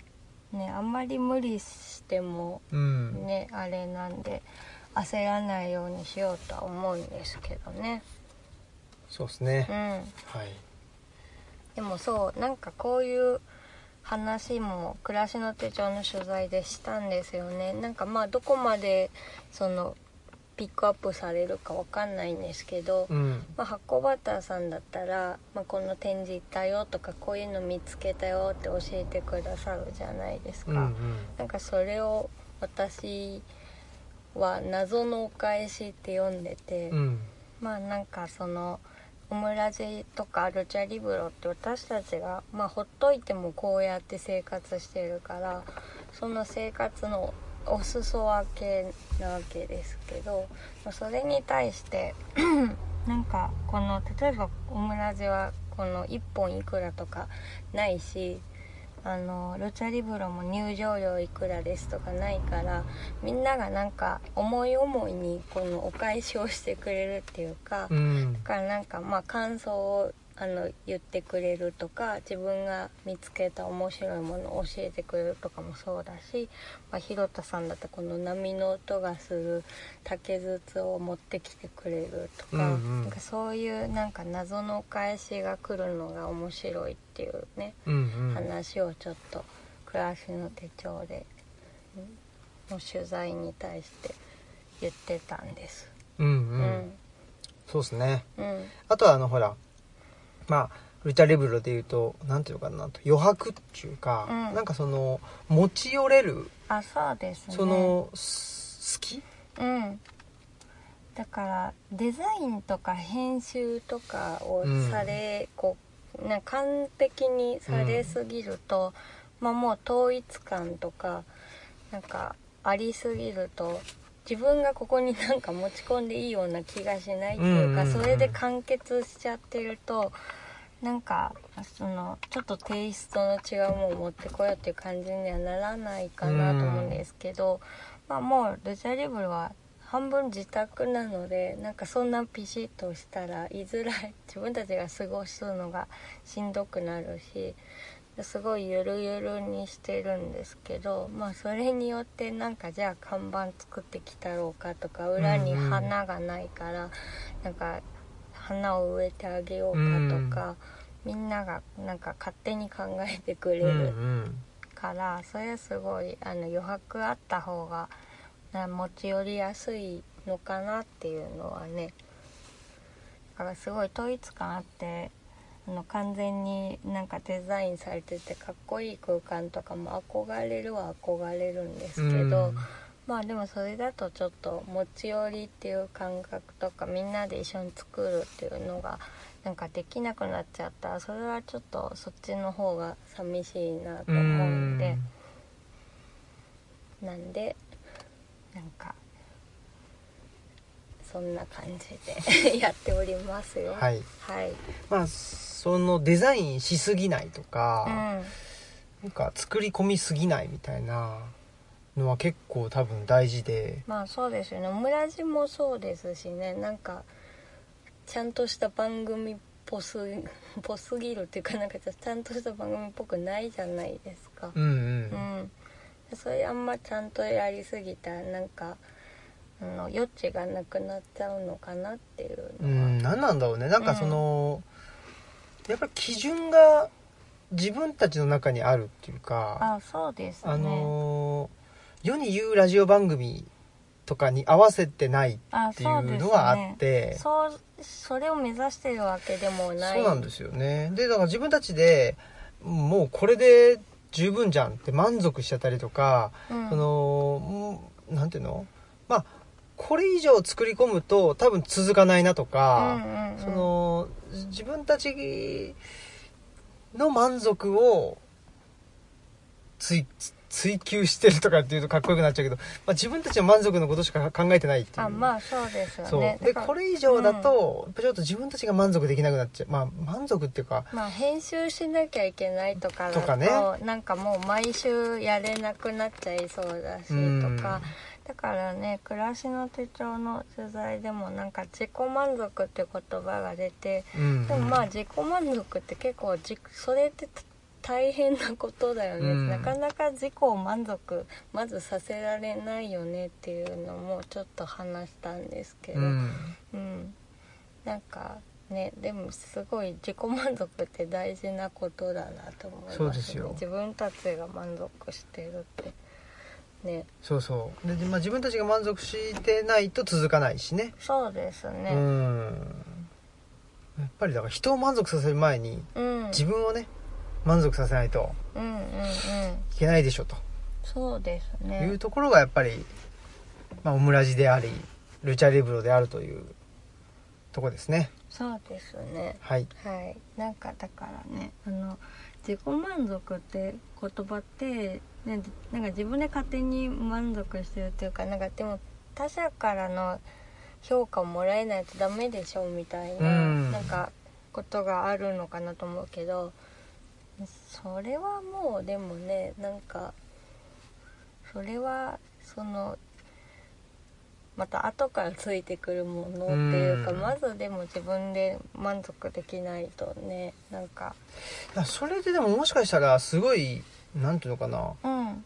S2: ねあんまり無理しても
S1: うん
S2: ねあれなんで焦らないようにしようとは思うんですけどね
S1: そうですね
S2: うん
S1: はい
S2: でもそうなんかこういう話も暮らしの手帳の取材でしたんですよねなんかまあどこまでそのピックアップされるかわかんないんですけど、
S1: うん
S2: まあ、箱バターさんだったら、まあ、この展示行ったよとかこういうの見つけたよって教えてくださるじゃないです
S1: う
S2: か、
S1: んうん
S2: なんかそれを私は「謎のお返し」って読んでて、
S1: うん
S2: まあなんかそのオムラジとかルチャリブロって私たちが、まあ、ほっといてもこうやって生活してるからその生活のお裾分けなわけですけどまあそれに対して なんかこの例えばオムラジはこの1本いくらとかないしあのルチャリブロも入場料いくらですとかないからみんながなんか思い思いにこのお返しをしてくれるっていうか、
S1: うん
S2: だからなんかまあ感想をあの言ってくれるとか自分が見つけた面白いものを教えてくれるとかもそうだし、まあ、広田さんだったらこの波の音がする竹筒を持ってきてくれるとか,、
S1: うんうん
S2: なんかそういうなんか謎のお返しが来るのが面白いっていうね、
S1: うんうん
S2: 話をちょっと暮らしの手帳でんの取材に対して言ってたんです。
S1: うん
S2: う
S1: うんそうですね
S2: うん
S1: あとはあのほらまあルチャレブロで言うとなんていうのかな余白っていうか、
S2: うん
S1: なんかその持ち寄れる
S2: あそうですね
S1: その、す好き
S2: うん、だからデザインとか編集とかを
S1: うん
S2: され、こうな完璧にされすぎると、まあ、もう統一感とかなんかありすぎると自分がここになんか持ち込んでいいような気がしないっていうか、
S1: うんうんうん
S2: それで完結しちゃってるとなんかそのちょっとテイストの違うものを持ってこようっていう感じにはならないかなと思うんですけど、まあ、もうルチャリブルは半分自宅なのでなんかそんなピシッとしたら居づらい 自分たちが過ごすのがしんどくなるしすごいゆるゆるにしてるんですけど、まあ、それによってなんかじゃあ看板作ってきたろうかとか裏に花がないから、なんか花を植えてあげようかとか、みんながなんか勝手に考えてくれ
S1: うんう
S2: る
S1: ん
S2: からそれすごいあの余白あった方がな持ち寄りやすいのかなっていうのはねだからすごい統一感あってあの完全になんかデザインされててかっこいい空間とかも憧れるは憧れるんですけど、まあでもそれだとちょっと持ち寄りっていう感覚とかみんなで一緒に作るっていうのがなんかできなくなっちゃったらそれはちょっとそっちの方が寂しいなと
S1: うん
S2: 思うんでなんでなんかそんな感じで やっておりますよ
S1: はい
S2: はい、
S1: まあそのデザインしすぎないと
S2: う
S1: か、
S2: ん
S1: なんか作り込みすぎないみたいなのは結構多分大事で
S2: まあそうですよねオムラジもそうですしねなんかちゃんとした番組っぽす ぽすぎるっていうかなんかちゃんとした番組っぽくないじゃないですか
S1: うんうん
S2: うんそれあんまちゃんとやりすぎたらなんかあの余地がなくなっちゃうのかなっていう
S1: う
S2: のは
S1: ん、何なんだろうねなんかその、やっぱり基準が自分たちの中にあるっていうか
S2: あそうですね
S1: あのー世に言うラジオ番組とかに合わせてないっていうのはあってそう,、
S2: そうそれを目指してるわけでもない
S1: なんですよねでだから自分たちでもうこれで十分じゃんって満足しちゃったりとか、
S2: うん
S1: そのもうななんていうのまあこれ以上作り込むと多分続かないなとか、
S2: うんうんうん
S1: その自分たちの満足を追追求してるとかっていうとかっこよくなっちゃうけど、まあ、自分たちの満足のことしか考えてないっていう
S2: あまあそうですよ
S1: そう
S2: ね
S1: で
S2: だから
S1: これ以上だと、やっぱちょっと自分たちが満足できなくなっちゃうまあ満足っていうか
S2: まあ編集しなきゃいけないとかだと
S1: とかね
S2: なんかもう毎週やれなくなっちゃいそうだし
S1: うん
S2: とかだからね「暮らしの手帳」の取材でもなんか自己満足って言葉が出て
S1: うん
S2: でもまあ自己満足って結構じそれって大変なことだよね、
S1: うん
S2: なかなか自己を満足まずさせられないよねっていうのもちょっと話したんですけど、
S1: うん
S2: うん、なんかねでもすごい自己満足って大事なことだなと思います、ね、
S1: そうですよ
S2: 自分たちが満足してるってね
S1: そうそうで、でまあ、自分たちが満足してないと続かないしね
S2: そうです
S1: う
S2: ね
S1: んやっぱりだから人を満足させる前に
S2: うん、うん、
S1: 自分をね満足させないと
S2: うんうん
S1: いけないでしょと
S2: そうです
S1: い
S2: ね
S1: うところがやっぱり、まあ、オムラジでありルチャリブロであるというとこですね
S2: そうですね
S1: はい
S2: はい、なんかだからねあの自己満足って言葉って、ね、なんか自分で勝手に満足してるっていうかなんかでも他者からの評価をもらえないとダメでしょみたいな,、
S1: うん
S2: なんかことがあるのかなと思うけどそれはもうでもねなんかそれはそのまた後からついてくるものっていうか、
S1: うん
S2: まずでも自分で満足できないとねなんか
S1: だからそれででももしかしたらすごいなんていうのかな
S2: うん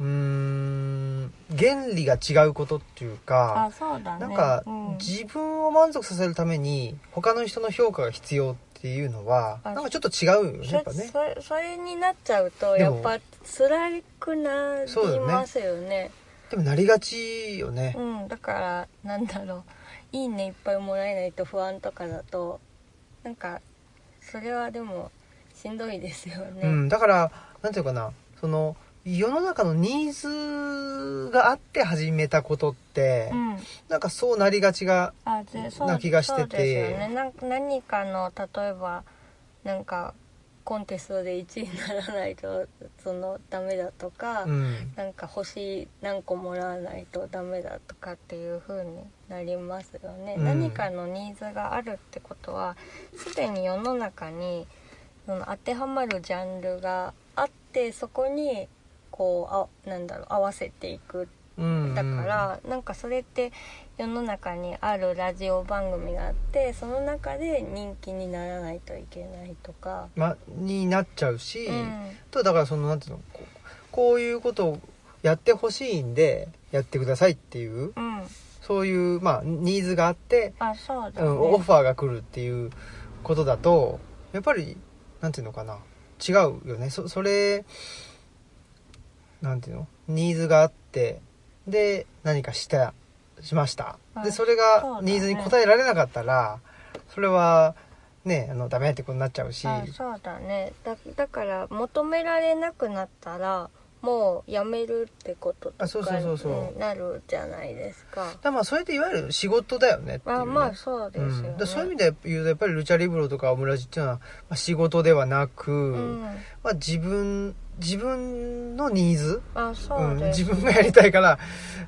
S1: うーん原理が違うことっていう
S2: あ
S1: か
S2: そうだね
S1: なんか
S2: うん、
S1: 自分を満足させるために他の人の評価が必要っていうのは
S2: あ
S1: なんかちょっと違うよねやっぱ
S2: そ
S1: ね
S2: それそれになっちゃうと
S1: で
S2: や
S1: も
S2: っぱ辛くなり
S1: そうだよね
S2: ますよね
S1: でもなりがちよね
S2: うんだからなんだろういいねいっぱいもらえないと不安とかだとなんかそれはでもしんどいですよね、
S1: うん、だからなんていうかなその世の中のニーズがあって始めたことって、
S2: うん
S1: なんかそうなりがちが
S2: あでそう
S1: な気がしてて
S2: そうですよねなん何かの例えばなんかコンテストで1位にならないとそのダメだとか、
S1: うん
S2: なんか星何個もらわないとダメだとかっていう風になりますよね、
S1: うん
S2: 何かのニーズがあるってことはすでに世の中にその当てはまるジャンルがあってそこにこうあなんだろう合わせていく
S1: うん
S2: だから、なんかそれって世の中にあるラジオ番組があってその中で人気にならないといけないとか、
S1: ま、になっちゃうし、
S2: うん
S1: とだからそのなんていうのこうこういうことをやってほしいんでやってくださいっていう
S2: うん、
S1: そういう、まあ、ニーズがあって、
S2: あそうだ
S1: う
S2: ね、
S1: ん、オファーが来るっていうことだとやっぱりなんていうのかな違うよねそそれなんていうのニーズがあってで何かしたしました
S2: は
S1: で
S2: い
S1: それ
S2: そう
S1: が
S2: だね
S1: ニーズに応えられなかったらそれはねあのダメってことになっちゃうし
S2: あそうだねだだから求められなくなったらもうやめるってこととか
S1: あそうそうそうそう
S2: になるじゃないですか
S1: だまあそれっていわゆる仕事だよねっていう、ね
S2: あまあそうです
S1: う
S2: よ
S1: ん
S2: ね、
S1: だからそういう意味で言うとやっぱりルチャリブロとかオムラジっていうのは、まあ、仕事ではなく、
S2: うん
S1: まあ、自分自分のニーズ、、
S2: あそううんです、
S1: 自分がやりたいから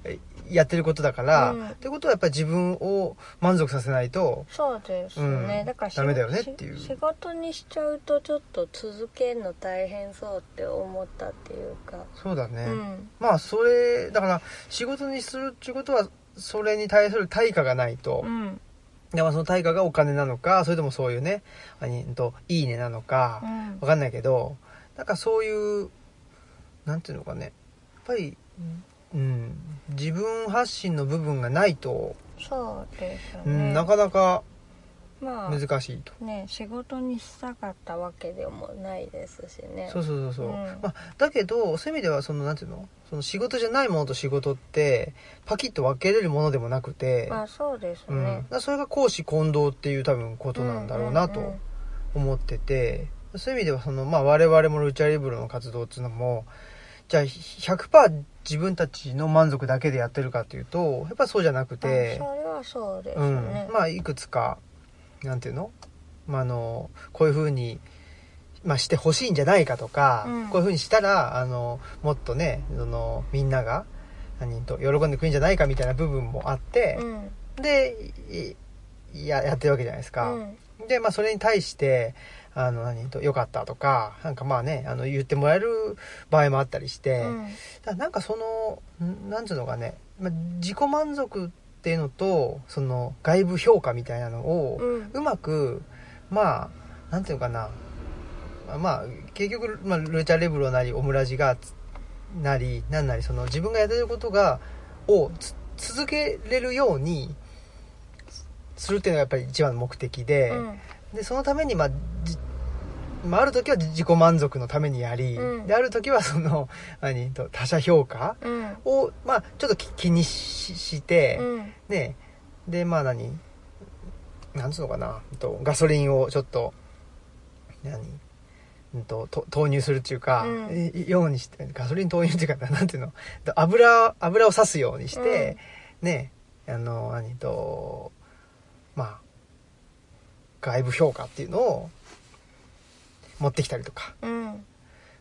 S1: えやってることだから、
S2: うん
S1: ってことはやっぱり自分を満足させないと
S2: そうですね、
S1: うん
S2: だからし
S1: ダメだよねっていう
S2: し仕事にしちゃうとちょっと続けるの大変そうって思ったっていうか、
S1: そうだね、
S2: うん
S1: まあそれだから仕事にするっていうことはそれに対する対価がないと
S2: う、ん
S1: でまあその対価がお金なのかそれともそういうねあえっといいねなのか、
S2: うん
S1: わかんないけどなんかそういうなんていうのかねやっぱり、うん、自分発信の部分がないと、
S2: そうですね、
S1: うん、なかなか
S2: まあ
S1: 難しいと、
S2: ね仕事にしたかったわけでもないですしね
S1: そうそうそうそう、
S2: うん
S1: まあ、だけどそういう意味ではそのなんていうのその仕事じゃないものと仕事ってパキッと分けれるものでもなくて、
S2: まあそうです
S1: うん、だ
S2: ね
S1: か、らそれが公私混同っていう多分ことなんだろうなと。
S2: んうんうん
S1: 思っててそういう意味ではその、まあ、我々もルチャリブロの活動っていうのもじゃあ100%自分たちの満足だけでやってるかというとやっぱそうじゃなくて
S2: あそれはそうです
S1: う
S2: ね、
S1: ん、まあいくつかなんていうの,、まあ、あのこういうふうに、まあ、してほしいんじゃないかとか、
S2: うん
S1: こういうふうにしたらあのもっとねそのみんなが何と喜んでくれるんじゃないかみたいな部分もあって
S2: う、ん
S1: でいいややってるわけじゃないですか。
S2: うん
S1: で、まあ、それに対してあの何と良かったとかなんかまあねあの言ってもらえる場合もあったりして。
S2: うん
S1: だからなんかそのんなんていうのかね、まあ、自己満足っていうのとその外部評価みたいなのを
S2: うん
S1: うまく、まあなんていうのかなまあまあ結局、まあ、ルチャレブロなりオムラジがつなりなんなりその自分がやってることがをつ続けれるようにするっていうのがやっぱり一番の目的で,、
S2: うん
S1: でそのために、まあじまあ、ある時は自己満足のためにやり、
S2: うん
S1: である時はその何と他者評価
S2: うん
S1: を、まあ、ちょっとき気にしして、
S2: うん
S1: ねでまあ何なんつうのかなうんとガソリンをちょっと何うんとと投入するっていうか、
S2: うん
S1: いようにしてガソリン投入っていうか なんていうのと油油を刺すようにして、ねあの何とまあ外部評価っていうのを持ってきたりとか、
S2: うん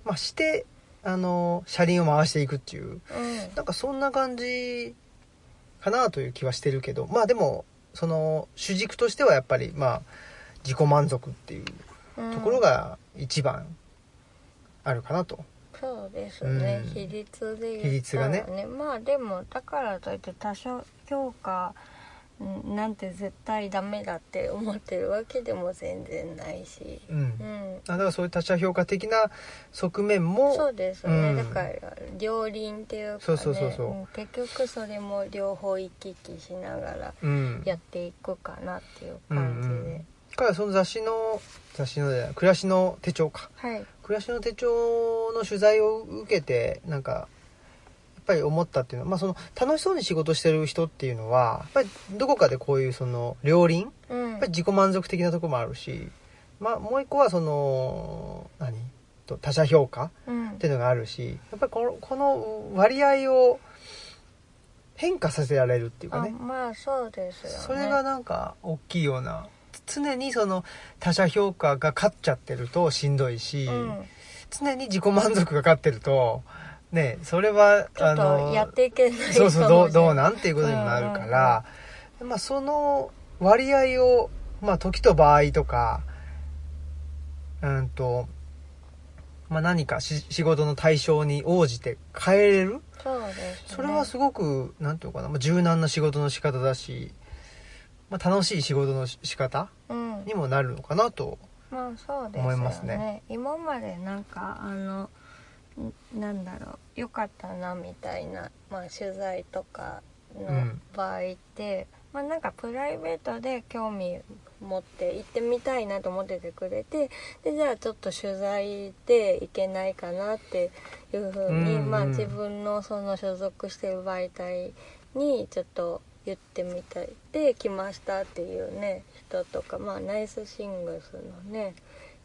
S1: まあ、してあの車輪を回していくっていう
S2: うん
S1: なんかそんな感じかなという気はしてるけどまあでもその主軸としてはやっぱりまあ自己満足っていう
S2: うん
S1: ところが一番あるかなと、
S2: そうですね、
S1: うん
S2: 比率で
S1: 比
S2: 言っ
S1: 率
S2: た
S1: が
S2: ら
S1: ね
S2: ねまあでもだからといって多少評価んなんて絶対ダメだって思ってるわけでも全然ないし
S1: うん
S2: うん
S1: あだからそういう他者評価的な側面も
S2: そうですね、
S1: うん
S2: だから両輪っていうか、ね、
S1: そうそうそうそう
S2: うん結局それも両方行き来しながら
S1: うん
S2: やっていくかなっていう感じで、
S1: うんうんだからその雑誌の雑誌のじゃない暮らしの手帳か
S2: はい
S1: 暮らしの手帳の取材を受けてなんかやっぱり思ったっていうのは、まあ、その楽しそうに仕事してる人っていうのはやっぱりどこかでこういうその両輪
S2: うん
S1: やっぱり自己満足的なとこもあるし、まあ、もう一個はその何と他者評価
S2: うん
S1: っていうのがあるしやっぱりこのこの割合を変化させられるっていうか
S2: あ
S1: ね
S2: まあそうですよね
S1: それがなんか大きいような常にその他者評価が勝っちゃってるとしんどいし、
S2: うん、
S1: 常に自己満足が勝ってるとねそれは
S2: ちょっとやっていけない
S1: そうそうどうどう
S2: な
S1: なんていうことにもなるから、まあ、その割合を、まあ、時と場合とかうんと、まあ、何かし仕事の対象に応じて変えれる
S2: そうです、ね、
S1: それはすごく何ていうのかなまあ柔軟な仕事の仕方だし、まあ、楽しい仕事のし仕方
S2: うん
S1: にもなるのかなと。
S2: まあそうですよ
S1: 思
S2: ね
S1: いますね
S2: 今までなんかあのんなんだろうよかったなみたいな、まあ、取材とか
S1: う
S2: の
S1: ん
S2: 場合って、まあなんかプライベートで興味持って行ってみたいなと思っててくれてでじゃあちょっと取材で行けないかなっていうふうに、
S1: うんうん
S2: まあ、自分のその所属してる媒体にちょっと言ってみたいで来ましたっていうね人とかまあナイスシングスのね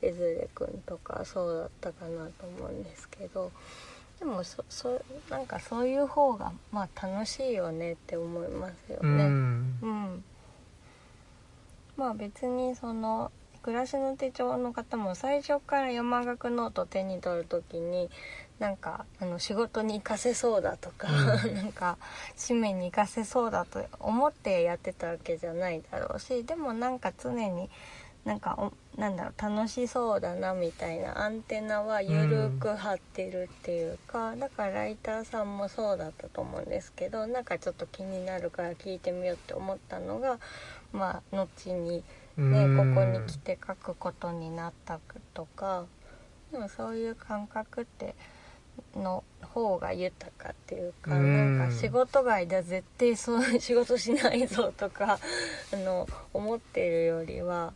S2: 江連くんとかそうだったかなと思うんですけどでもそそなんかそういう方がまあ楽しいよねって思いますよ
S1: う
S2: ね。
S1: ん
S2: うん、まあ別にその暮らしの手帳の方も最初から山岳ノート手に取る時になんかあの仕事に行かせそうだとか、
S1: うん
S2: なんか使命に行かせそうだと思ってやってたわけじゃないだろうしでもなんか常になんかおなんだろう楽しそうだなみたいなアンテナは緩く張ってるっていうか、だからライターさんもそうだったと思うんですけどなんかちょっと気になるから聞いてみようって思ったのがまあ後にね、
S1: うん
S2: ここに来て書くことになったとかでもそういう感覚っての方が豊かっていうか、
S1: うん
S2: なんか仕事外では絶対そういう 仕事しないぞとか あの思ってるよりは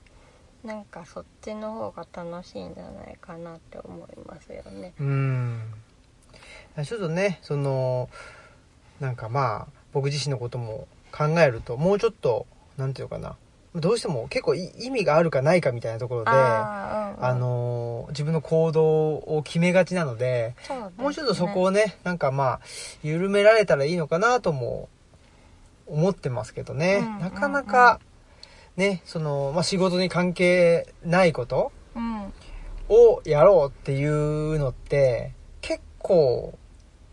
S2: なんかそっちの方が楽しいんじゃないかなって思いますよね。
S1: うんちょっとねそのなんかまあ僕自身のことも考えるともうちょっとなんていうのかなどうしても結構い意味があるかないかみたいなところであ
S2: あー、うんうん、
S1: のー自分の行動を決めがちなので
S2: そうですね
S1: もうちょっとそこをねなんかまあ緩められたらいいのかなとも思ってますけどね、
S2: うん
S1: なかなかねその、まあ、仕事に関係ないこと
S2: うん
S1: をやろうっていうのって結構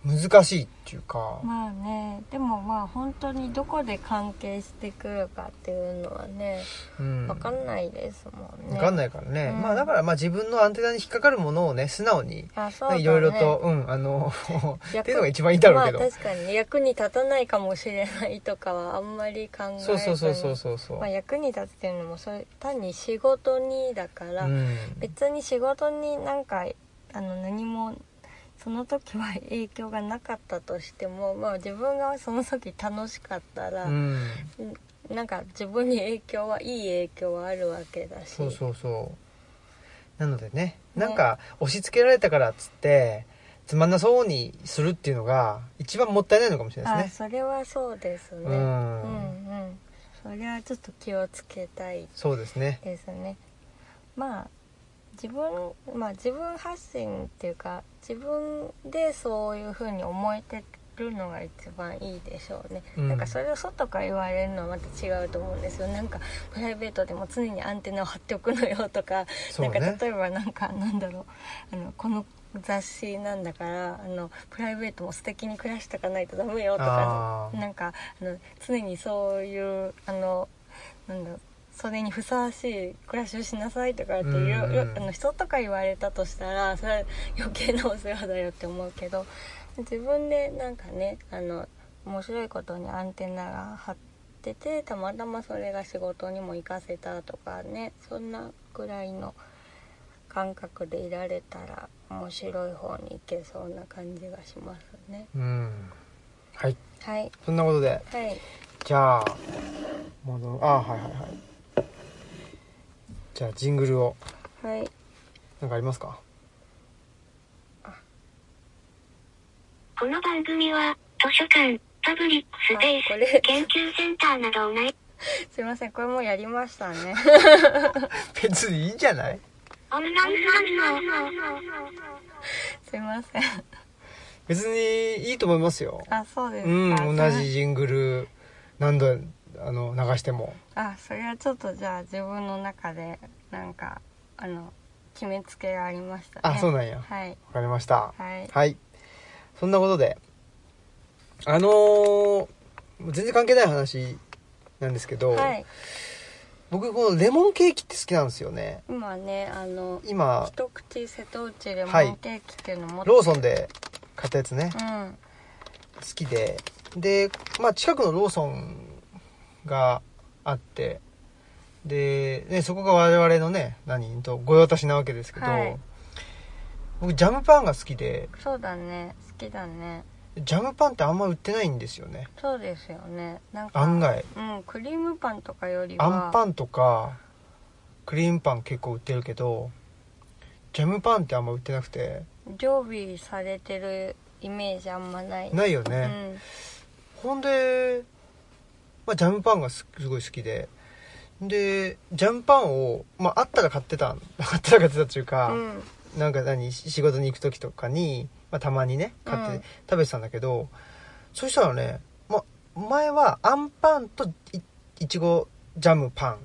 S1: 難しいっていうか、
S2: まあねでもまあ本当にどこで関係してくるかっていうのはね
S1: うん
S2: 分かんないですもんね
S1: わかんないいからね、
S2: うん
S1: まあだからまあ自分のアンテナに引っかかるものをね素直に
S2: あそうだ、ね、
S1: いろいろとうんあ のっ
S2: 役
S1: ていうのが一番いいんだろうけど、
S2: まあ確かにね役に立たないかもしれないとかはあんまり考えず
S1: そう
S2: に
S1: そうそうそうそうそう、
S2: まあ、役に立つっていうのもそれ単に仕事にだから、
S1: うん、
S2: 別に仕事になんかあの何もその時は影響がなかったとしても、まあ、自分がその時楽しかったら、
S1: うん、
S2: なんか自分に影響はいい影響はあるわけだし
S1: そうそうそうなのでねなんか押し付けられたからっつってつまんなそうにするっていうのが一番もったいないのかもしれない
S2: あ
S1: ですね
S2: それはそうですね、
S1: う
S2: う
S1: ん、
S2: んうんそれはちょっと気をつけたい
S1: そうですね
S2: ですねまあ自分まあ自分発信っていうか自分でそういう風に思えてるのが一番いいでしょうね、
S1: うん
S2: なんかそれを外から言われるのはまた違うと思うんですよなんかプライベートでも常にアンテナを張っておくのよとか、
S1: そ
S2: な
S1: うん
S2: か
S1: ね
S2: 例えばなんかなんだろうあのこの雑誌なんだからあのプライベートも素敵に暮らしておかないとダメよとか
S1: あー
S2: なんかあの常にそういうあのなんだろうそれにふさわしい暮らしをしなさいとかっていう
S1: うん
S2: よあの人とか言われたとしたらそれは余計なお世話だよって思うけど自分でなんかねあの面白いことにアンテナが張っててたまたまそれが仕事にも活かせたとかねそんなぐらいの感覚でいられたら面白い方に行けそうな感じがしますね。
S1: うんはい
S2: はい、
S1: そんなことで
S2: はい、
S1: じゃあ戻あはいはいはいじゃあジングルを
S2: はい
S1: なんかありますか
S3: この番組は、図書館、パブリックスペ
S2: あこ
S3: ー
S2: れ
S3: ス、研究センターなどを内
S2: すいません、これもうやりましたね。
S1: 別にいいんじゃない
S3: オンライン
S2: すいません。
S1: 別にいいと思いますよ
S2: あ、そうです
S1: う
S2: か。
S1: ん同じ。ジングル何度あの流しても
S2: あ、それはちょっとじゃあ自分の中で、なんか、あの、決めつけがありましたね。
S1: あそうなんやわ
S2: はい。
S1: かりました
S2: はい。
S1: はいそんなことであのー全然関係ない話なんですけど、
S2: はい。
S1: 僕このレモンケーキって好きなんですよね
S2: 今ね、あの、
S1: 今
S2: 一口瀬戸内レモ
S1: はい
S2: ンケーキっていうのも、
S1: ローソンで買ったやつね
S2: うん。
S1: 好きでで、まあ、近くのローソンがあってで、ね、そこが我々のね何と御用達なわけですけど、
S2: はい
S1: 僕ジャムパンが好きで
S2: そうだね。好きだね。
S1: ジャムパンってあんま売ってないんですよね
S2: そうですよね。なんか、
S1: 案外
S2: うん、クリームパンとかよりは、
S1: あんパンとかクリームパン結構売ってるけどジャムパンってあんま売ってなくて
S2: 常備されてるイメージあんまない。
S1: ないよね、
S2: うん。
S1: ほんで、まあ、ジャムパンがすすごい好きででジャムパンを、まあ、あったら買ってたん あったら買ってたっていうか、
S2: うん。
S1: なんか何し仕事に行く時とかに、まあ、たまにね買っ
S2: うん
S1: て食べてたんだけど、そしたらね、まあ、前はあんパンといいちごジャムパン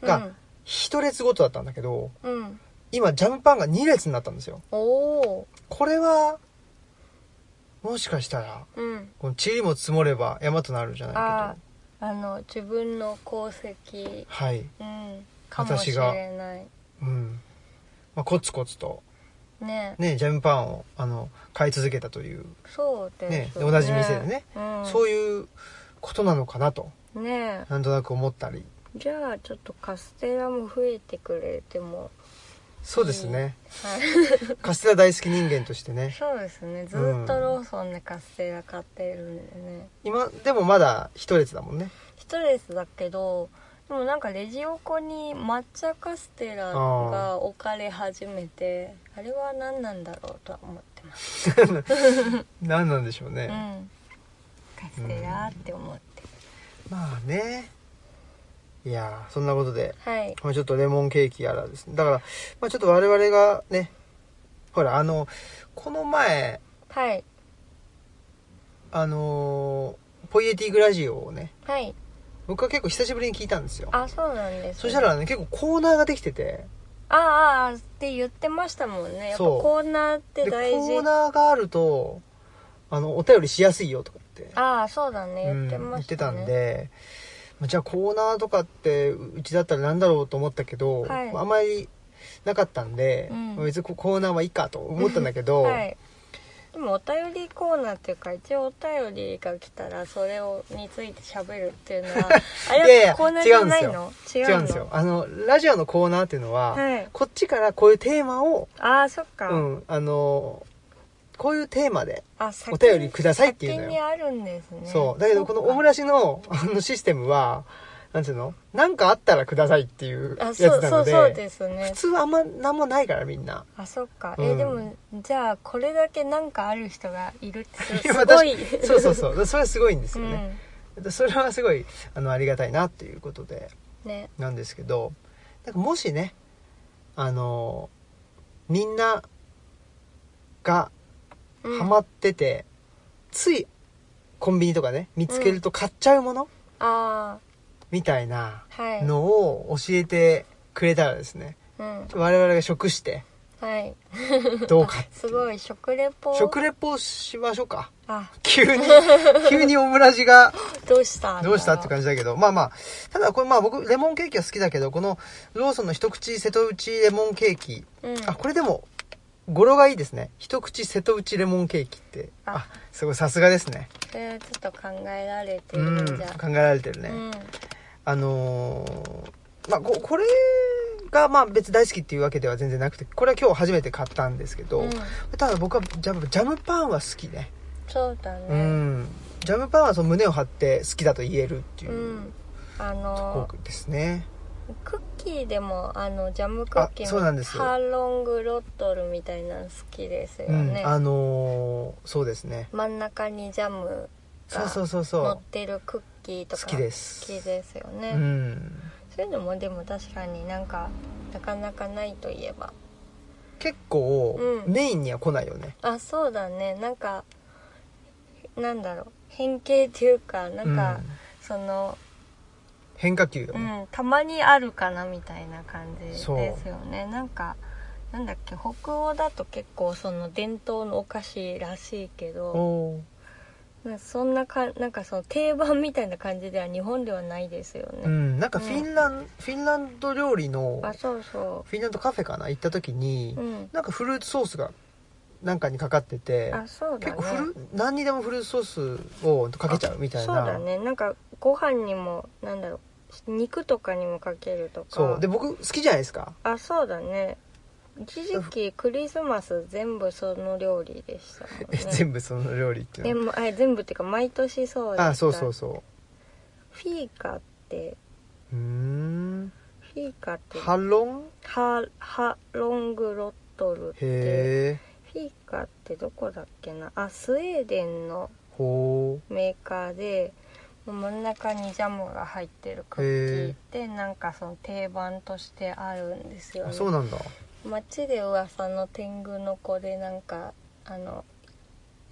S1: が一列ごとだったんだけど
S2: うん、うん。
S1: 今ジャムパンが二列になったんですよ
S2: おお
S1: これはもしかしたら
S2: うん
S1: この塵も積もれば山となるじゃない
S2: あ
S1: けど
S2: あの自分の功績、
S1: はい
S2: うん、かもしれない
S1: うんまあ、コツコツと、
S2: ね
S1: ね、ジャムパンをあの買い続けたという、
S2: そうですよ
S1: ね同じ店でね、
S2: うん、
S1: そう
S2: い
S1: いうことなのかなと
S2: うね
S1: なんとなく思ったり
S2: じゃあちょっとカステラも増えてくれても
S1: そうですね、
S2: はい
S1: カステラ大好き人間としてね
S2: そうですねずっとローソンでカステラ買ってるんでね
S1: 今でもまだ一列だもんね
S2: ストレスだけどでもなんかレジ横に抹茶カステラが置かれ始めてあれは何なんだろうとは思ってます
S1: 何なんでしょうね、
S2: うん、カステラって思って、
S1: まあねいやーそんなことで、
S2: はい
S1: まあ、ちょっとレモンケーキやらですねだから、まあ、ちょっと我々がねほらあのこの前
S2: はい
S1: あのーポイエティグラジオをね
S2: はい
S1: 僕は結構久しぶりに聞いたんですよ
S2: あそうなんです、ね、
S1: そしたらね結構コーナーができてて
S2: ああああって言ってましたもんねやっぱ
S1: そう
S2: コーナーって
S1: でコ
S2: 大事
S1: ーナーがあるとあのお便りしやすいよとか言って
S2: ああそうだね言って
S1: うん言
S2: ま
S1: っ
S2: してた
S1: た
S2: ね、
S1: んで、まあじゃあコーナーとかってうちだったらなんだろうと思ったけど、
S2: はい
S1: まああんまりなかったんで、
S2: うん
S1: まあ別にこコーナーはいいかと思ったんだけど、
S2: はいでもお便りコーナーっていうか一応お便りが来たらそれをについて喋るって いうのはあ
S1: いやい
S2: れ
S1: や
S2: はコーナーじゃないの違う
S1: 違う
S2: の
S1: んですよあのラジオのコーナーっていうのは、
S2: はい
S1: こっちからこういうテーマを、
S2: ああそっか、
S1: うん、あのこういうテーマで
S2: あ先
S1: お便りくださいっていうの
S2: 先
S1: よ
S2: にあるんですね
S1: そう。だけど、このオム
S2: ラ
S1: ラシの、 あの、システムは、なんていうのなんかあったらくださいっていうや
S2: あ
S1: つ
S2: そう
S1: な
S2: そ
S1: の
S2: う
S1: で、
S2: そうですね
S1: 普通はあんま、なんもないからみん な。
S2: あそっか、
S1: うん
S2: えでもじゃあこれだけなんかある人がいるってす
S1: まあ
S2: す ごい
S1: 確かそうそうそう。だからそれはすごいんですよね。
S2: ね,、
S1: でそれはすごい、あの、ありがたいなっていうことで、
S2: うん、ね
S1: なんですけど、なんかもしね、あの、みんなが
S2: うん
S1: ハマってて、ついコンビニとかね、見つけると買っちゃうもの、
S2: あ
S1: みたいな
S2: あはい
S1: のを教えてくれたらですね、
S2: うん
S1: 我々が食して
S2: はい
S1: どうか
S2: すごい食レポ
S1: 食レポしましょうか
S2: あ
S1: 急 に急にオムラジが
S2: どうしたんだろ
S1: どうしたって感じだけどまあまあただこれまあ僕レモンケーキは好きだけどこのローソンの一口瀬戸内レモンケーキ
S2: うん
S1: あこれでも語呂がいいですね一口瀬戸内レモンケーキってあ
S2: あ
S1: すごいさすがですね
S2: それはちょっと考えられて
S1: う
S2: る
S1: ん
S2: んじ
S1: 考
S2: ゃ、
S1: えられてるね、
S2: うん
S1: あのーまあここれがまあ別大好きっていうわけでは全然なくてこれは今日初めて買ったんですけど、
S2: うん
S1: ただ僕はジャムジャムパンは好きね
S2: そうだ
S1: う
S2: ね
S1: んジャムパンはその胸を張って好きだと言えるっていううん
S2: あ
S1: とこ
S2: の
S1: ですね、
S2: クッキーでもあのジャムクッキ
S1: あそう
S2: ー
S1: な
S2: の
S1: んです
S2: ハーロングロットルみたいなの好きですよ
S1: うん
S2: ね、
S1: あのーそうですね
S2: 真ん中にジャム
S1: そうそうそう
S2: 乗っ
S1: そ
S2: てるクッキーとか
S1: 好きです
S2: 好きですよね、
S1: ううん
S2: そういうのもでも確かになんかなかなかないといえば
S1: 結構、
S2: うん
S1: メインには来ないよね
S2: あそうだねなんかなんだろう変形っていうかなん
S1: う
S2: か、
S1: ん
S2: その、
S1: 変化球よ
S2: う
S1: ね、
S2: ん、たまにあるかなみたいな感じです
S1: そう
S2: よねなんかなんだっけ北欧だと結構その伝統のお菓子らしいけど
S1: おー
S2: なんかそんなかなんかその定番みたいな感じでは日本ではないですよ
S1: う
S2: ね、
S1: んなんかフィンラン、フィンランド料理の
S2: あそうそ
S1: フィンランドカフェかな行った時に、
S2: ううん
S1: なんかフルーツソースがなんかにかかってて
S2: あそう
S1: 結
S2: だね
S1: 構フル何にでもフルーツソースをかけちゃうみたい
S2: そう
S1: な
S2: だねなんかご飯にもなんだろう肉とかにもかけるとか
S1: そうで僕好きじゃないですか
S2: あそうだね一時期クリスマス全部その料理でしたもん
S1: え
S2: ね
S1: 全部その料理っていう
S2: で
S1: の
S2: もあ全部っていうか毎年そうで
S1: あそうそうそ
S2: フィーカって
S1: ううーん
S2: フィーカって
S1: ハロン
S2: ハハロングロットルって
S1: へえ
S2: フィーカってどこだっけなあスウェーデンの
S1: ほ
S2: メーカーで真ん中にジャムが入ってるクッキーってなんかその定番としてあるんです
S1: う
S2: よ
S1: あ
S2: ね
S1: そうなんだ
S2: 街で噂の天狗の子でなんかあの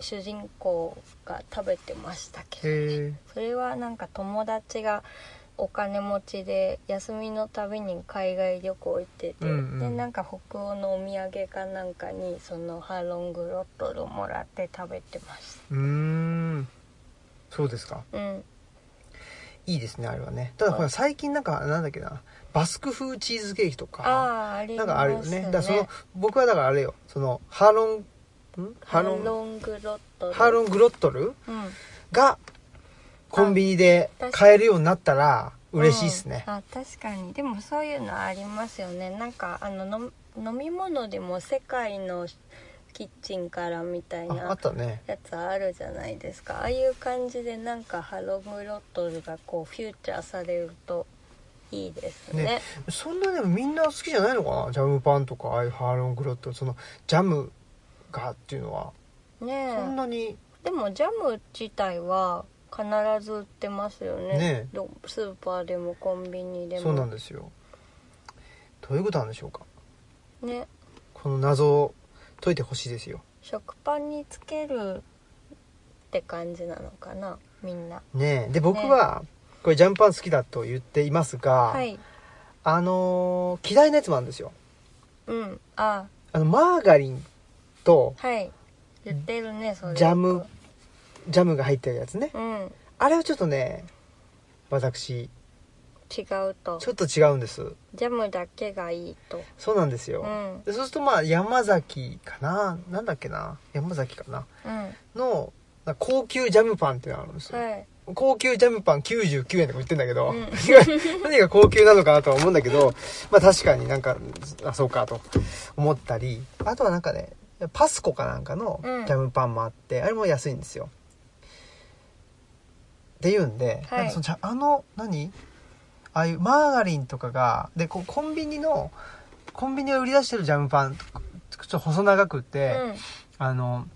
S2: 主人公が食べてましたけど、
S1: へえ
S2: それはなんか友達がお金持ちで休みのたびに海外旅行行ってて、
S1: うんうん
S2: でなんか北欧のお土産かなんかにそのハーロングロットルをもらって食べてまし
S1: うーんそうですか
S2: たうん
S1: いいですねあれはねただこれ最近なんかなんだっけなバスク風チーズケーキと
S2: あ
S1: か
S2: ああり
S1: な
S2: ま
S1: ん
S2: す
S1: かあるよね
S2: ね
S1: だからその僕はだからあれよそのハロンんハ
S2: ハ
S1: ロ
S2: ー
S1: ン
S2: ロングロットル
S1: ハロングロットル
S2: うん
S1: がコンビニで
S2: あ確かに
S1: 買えるようになったら嬉しいですね
S2: うんあ確かにでもそういうのありますよねなんかあのの飲み物でも世界のキッチンからみたい
S1: ああ
S2: な
S1: ったね
S2: やつあるじゃないですかああいう感じでなんかハロムロットルがこうフューチャーされるといいですね
S1: ねそんなでもみんな好きじゃないのかなジャムパンとかああいうハーロングロットそのジャムがっていうのは
S2: ね
S1: そん
S2: え
S1: なに
S2: でもジャム自体は必ず売ってますよね
S1: ねえ
S2: どスーパーでもコンビニでも
S1: そうなんですよどういうことなんでしょうか
S2: ね
S1: この謎を解いてほしいですよ
S2: 食パンにつけるって感じなのかなみんな
S1: ねえで僕はこれジャンパン好きだと言っていますが、
S2: はい
S1: あのー嫌いなやつもあるんですよ
S2: うんあ
S1: あのマーガリンと
S2: はい言ってるねそれ
S1: ジャムジャムが入ってるやつね
S2: うん
S1: あれはちょっとね私
S2: 違うと
S1: ちょっと違うんです
S2: ジャムだけがいいと
S1: そうなんですよ、
S2: うんうん
S1: でそうするとまあ山崎かななんだっけな山崎かなのなんか高級ジャムパンっていうのがあるんですよ、
S2: はい
S1: 高級ジャムパン99円とか言ってんだけど、
S2: うん
S1: 何が高級なのかなとは思うんだけどまあ確かになんかあそうかと思ったりあとはなんかねパスコかなんかの
S2: うん
S1: ジャムパンもあって、あれも安いんですよっていうんで、
S2: はい
S1: なんかそのじゃあの何ああいうマーガリンとかがでこうコンビニのコンビニが売り出してるジャムパンちょっと細長くて、あの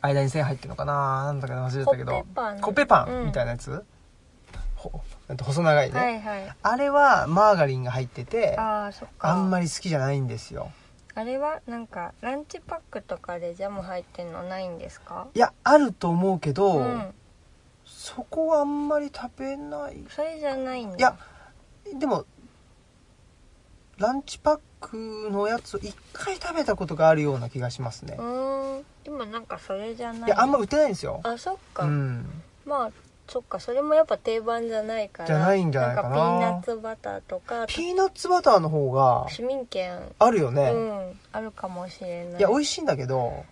S1: 間に線入ってるのかななんだか忘
S2: う
S1: れ
S2: ん
S1: たけど
S2: パン
S1: コッペパンみたい
S2: な、
S1: なやつ、ほなんて細長い
S2: うん
S1: ね、
S2: はいはい
S1: あれはマーガリンが入っててあ
S2: ああそっか
S1: んまり好きじゃないんですよ
S2: あれはなんかランチパックとかでジャム入ってんのないんですか
S1: いやあると思うけど、
S2: うん
S1: そこはあんまり食べない
S2: それじゃないんだ
S1: いやでもランチパックのやつを1回食べたことがあるような気がしますね、
S2: うーん今なんかそれじゃない
S1: いやあんま売ってないんですよ
S2: あそっか、
S1: うん
S2: まあそっかそれもやっぱ定番じゃないから
S1: じゃないんじゃないかなん
S2: かピーナッツバターとか
S1: ピーナッツバターの方が
S2: 市民権
S1: あるよね、
S2: うんあるかもしれない
S1: いや美味しいんだけど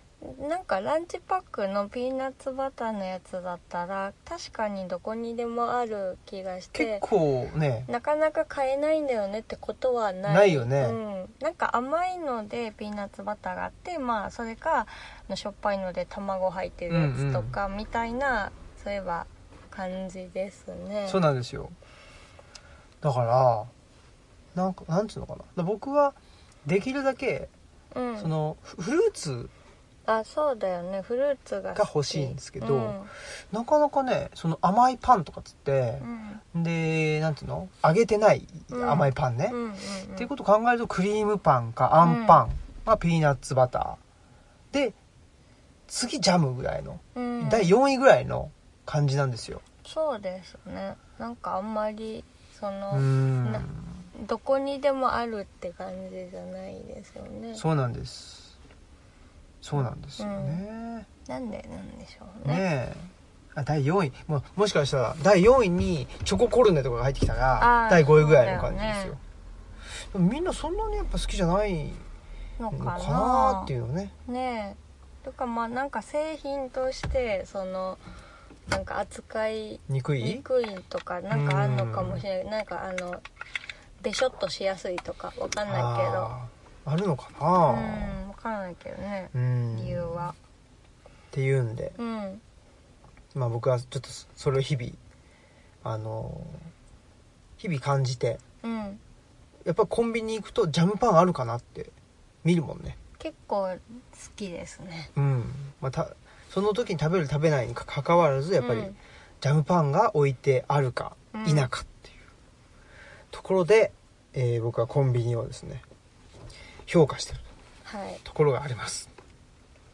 S2: なんかランチパックのピーナッツバターのやつだったら確かにどこにでもある気がし
S1: 結
S2: て
S1: 構ね
S2: なかなか買えないんだよねってことはない
S1: ないよね
S2: うん、なんか甘いのでピーナッツバターがあってまあそれかあのしょっぱいので卵入ってるやつとかみたいな、そういえば感じですね
S1: そうなんですよだからなんかなんつうのかなだから僕はできるだけ、
S2: うん、
S1: そのフフルーツ
S2: あそうだよねフルーツが好き
S1: が欲しいんですけど
S2: うん
S1: なかなかねその甘いパンとかっつって
S2: う、ん
S1: でなんていうの揚げてない
S2: うん
S1: 甘いパンね、
S2: うんうんうん
S1: っていうことを考えるとクリームパンかあんパン、まあ、ピーナッツバターで次ジャムぐらいの、
S2: うん
S1: 第4位ぐらいの感じなんですよ
S2: そうですねなんかあんまりその、
S1: うん
S2: などこにでもあるって感じじゃないですよね
S1: そうなんですそうなんですよね、
S2: なんでなんでしょうね
S1: ねえあ第4位もうもしかしたら第4位にチョココルネとかが入ってきたら
S2: あー
S1: 第5位ぐらいの感じですよで
S2: そうだよね
S1: もみんなそんなにやっぱ好きじゃないの
S2: のか
S1: か
S2: な
S1: なっていうのね
S2: ねえとかまあなんか製品としてそのなんか扱い
S1: 憎い
S2: にくいとかなんかあるのかもしれないなんかあのべしょっとしやすいとかわかんないけど
S1: あーあるのか
S2: う
S1: なん
S2: わかんないけどね
S1: うん
S2: 理由は
S1: っていうんで、
S2: うん
S1: まあ、僕はちょっとそれを日々あのー日々感じて
S2: うん
S1: やっぱコンビニ行くとジャムパンあるかなって見るもんね
S2: 結構好きですね
S1: うんまあたその時に食べる食べないにかかわらずやっぱり、
S2: うん
S1: ジャムパンが置いてあるか
S2: うん
S1: 否かっていうところで、えー僕はコンビニをですね評価してる
S2: はい
S1: ところがあります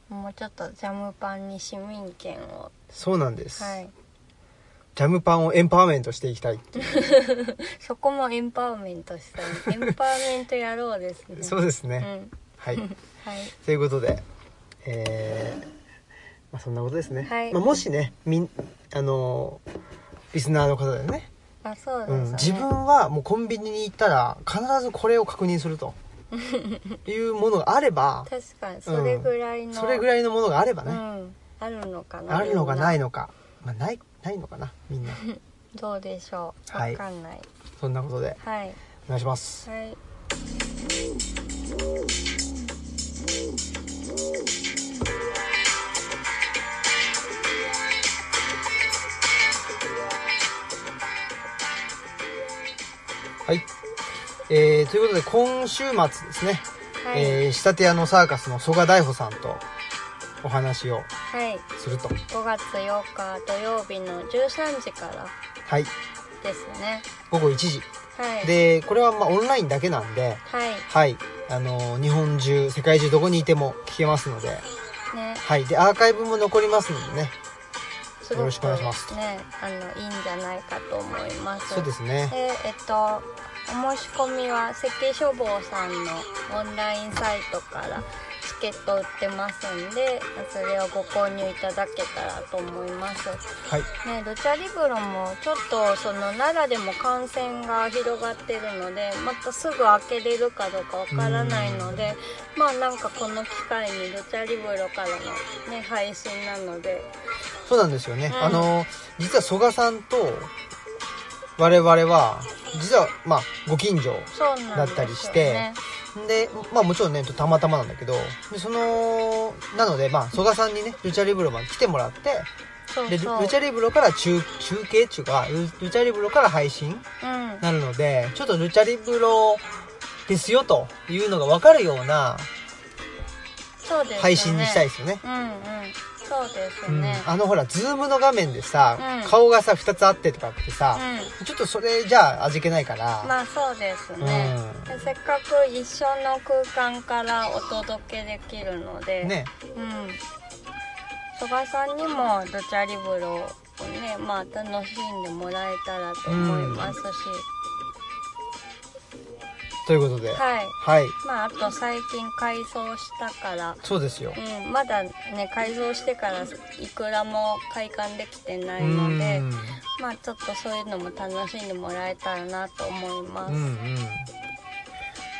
S2: もうちょっとジャムパンに市民権を
S1: そうなんです、
S2: はい
S1: ジャムパンをエンパワーメントしていきたいっていう
S2: そこもエンパワーメントした いエンパワーメントやろうですね
S1: そうですね、
S2: うん
S1: はい
S2: はい
S1: ということでえーまあ、そんなことですね、
S2: はい
S1: まあ、もしねみんあのーリスナーの方でね
S2: あそうです
S1: う
S2: ね、
S1: ん、自分はもうコンビニに行ったら必ずこれを確認する というものがあれば
S2: 確かにそれぐらいの、
S1: それぐらいのものがあれば
S2: う
S1: ね、
S2: んあるのかな
S1: あるのかない
S2: の
S1: のか、まあ、ないないのかなみ んな
S2: どうでしょう
S1: は
S2: わ
S1: い
S2: かんない
S1: そんなことで
S2: はい
S1: お願いします
S2: はい
S1: はい、えーということで今週末ですね、
S2: はい、
S1: えー仕立て屋のサーカスの曽我大穂さんとお話を
S2: はい
S1: すると
S2: 5月8日土曜日の13時から
S1: はい
S2: ですね
S1: 午後1時
S2: はい
S1: でこれはまあオンラインだけなんで
S2: はい
S1: はいあの日本中世界中どこにいても聞けますので
S2: ね
S1: はいでアーカイブも残りますのでね
S2: す
S1: よ
S2: ご
S1: ろしくお願いします
S2: くねあのいいんじゃないかと思います
S1: そうですね
S2: でえっとお申し込みは設計書房さんのオンラインサイトからチケット売ってますんでそれをご購入いただけたらと思います
S1: はい
S2: ねドチャリブロもちょっとその奈良でも感染が広がってるのでまたすぐ開けれるかどうかわからないのでまあなんかこの機会にドチャリブロからのね配信なので
S1: そうなんですよね、
S2: うん
S1: あの実は曽我さんと我々は実はまあご近所
S2: そうなんですよね
S1: だったりしてでまあもちろんねたまたまなんだけどでそのなのでまあ曽我さんにねルチャリブロまで来てもらって
S2: そう
S1: でル
S2: そう
S1: ルチャリブロから中中継っていうかルルチャリブロから配信
S2: うん
S1: なるのでちょっとルチャリブロですよというのが分かるような
S2: そうですよね
S1: 配信にしたいですよね。
S2: うんうんそうです
S1: うん
S2: ね
S1: あのほらズームの画面でさ、
S2: うん
S1: 顔がさ2つあってとかって
S2: う
S1: さ、
S2: ん、
S1: ちょっとそれじゃあ味気ないから、
S2: まあそうですね、でせっかく一緒の空間からお届けできるので
S1: うん、ね
S2: うん曽我さんにもドチャリブロをねまあ楽しんでもらえたらと思いますし、
S1: ということではい、
S2: はいまああと最近改装したから
S1: そうですよ、
S2: うん、まだね改造してからいくらも開館できてないうので、
S1: ん
S2: まあちょっとそういうのも楽しんでもらえたらなと思いま
S1: う
S2: す。
S1: ん
S2: うん。
S1: うん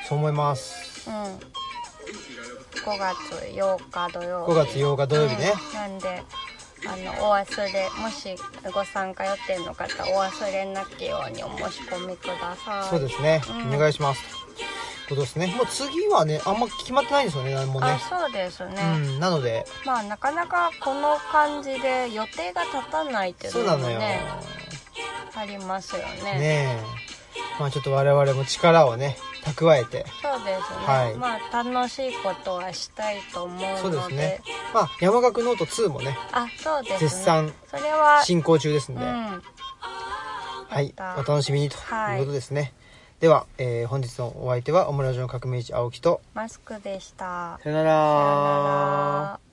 S1: そう思います
S2: 5月8日土曜日。
S1: 5月8日土曜日ね、
S2: うんなんで、あのお忘れもしご参加予定の方お忘れなきようにお申し込みください。
S1: そうですね、
S2: うん
S1: お願いしますということですねもう次はねあんま決まってないんですよね何も
S2: あ、
S1: ね
S2: そうですね。
S1: うんなので
S2: まあなかなかこの感じで予定が立たないっていう
S1: そう
S2: の
S1: な
S2: も
S1: のよ
S2: ね
S1: ね、
S2: ありますよね。
S1: えまあちょっと我々も力をね蓄えて
S2: そうですね。
S1: はい
S2: まあ楽しいことはしたいと思うので。
S1: そうですねまあ山岳ノート2もね
S2: あ、そうですね。
S1: 絶賛
S2: それは、
S1: 進行中です
S2: うんん。
S1: で、
S2: は
S1: はい、
S2: また
S1: お楽しみにということですね。では、えー本日のお相手はオムラジオの革命児青木と
S2: マスクでした。
S1: さよな
S2: さよなら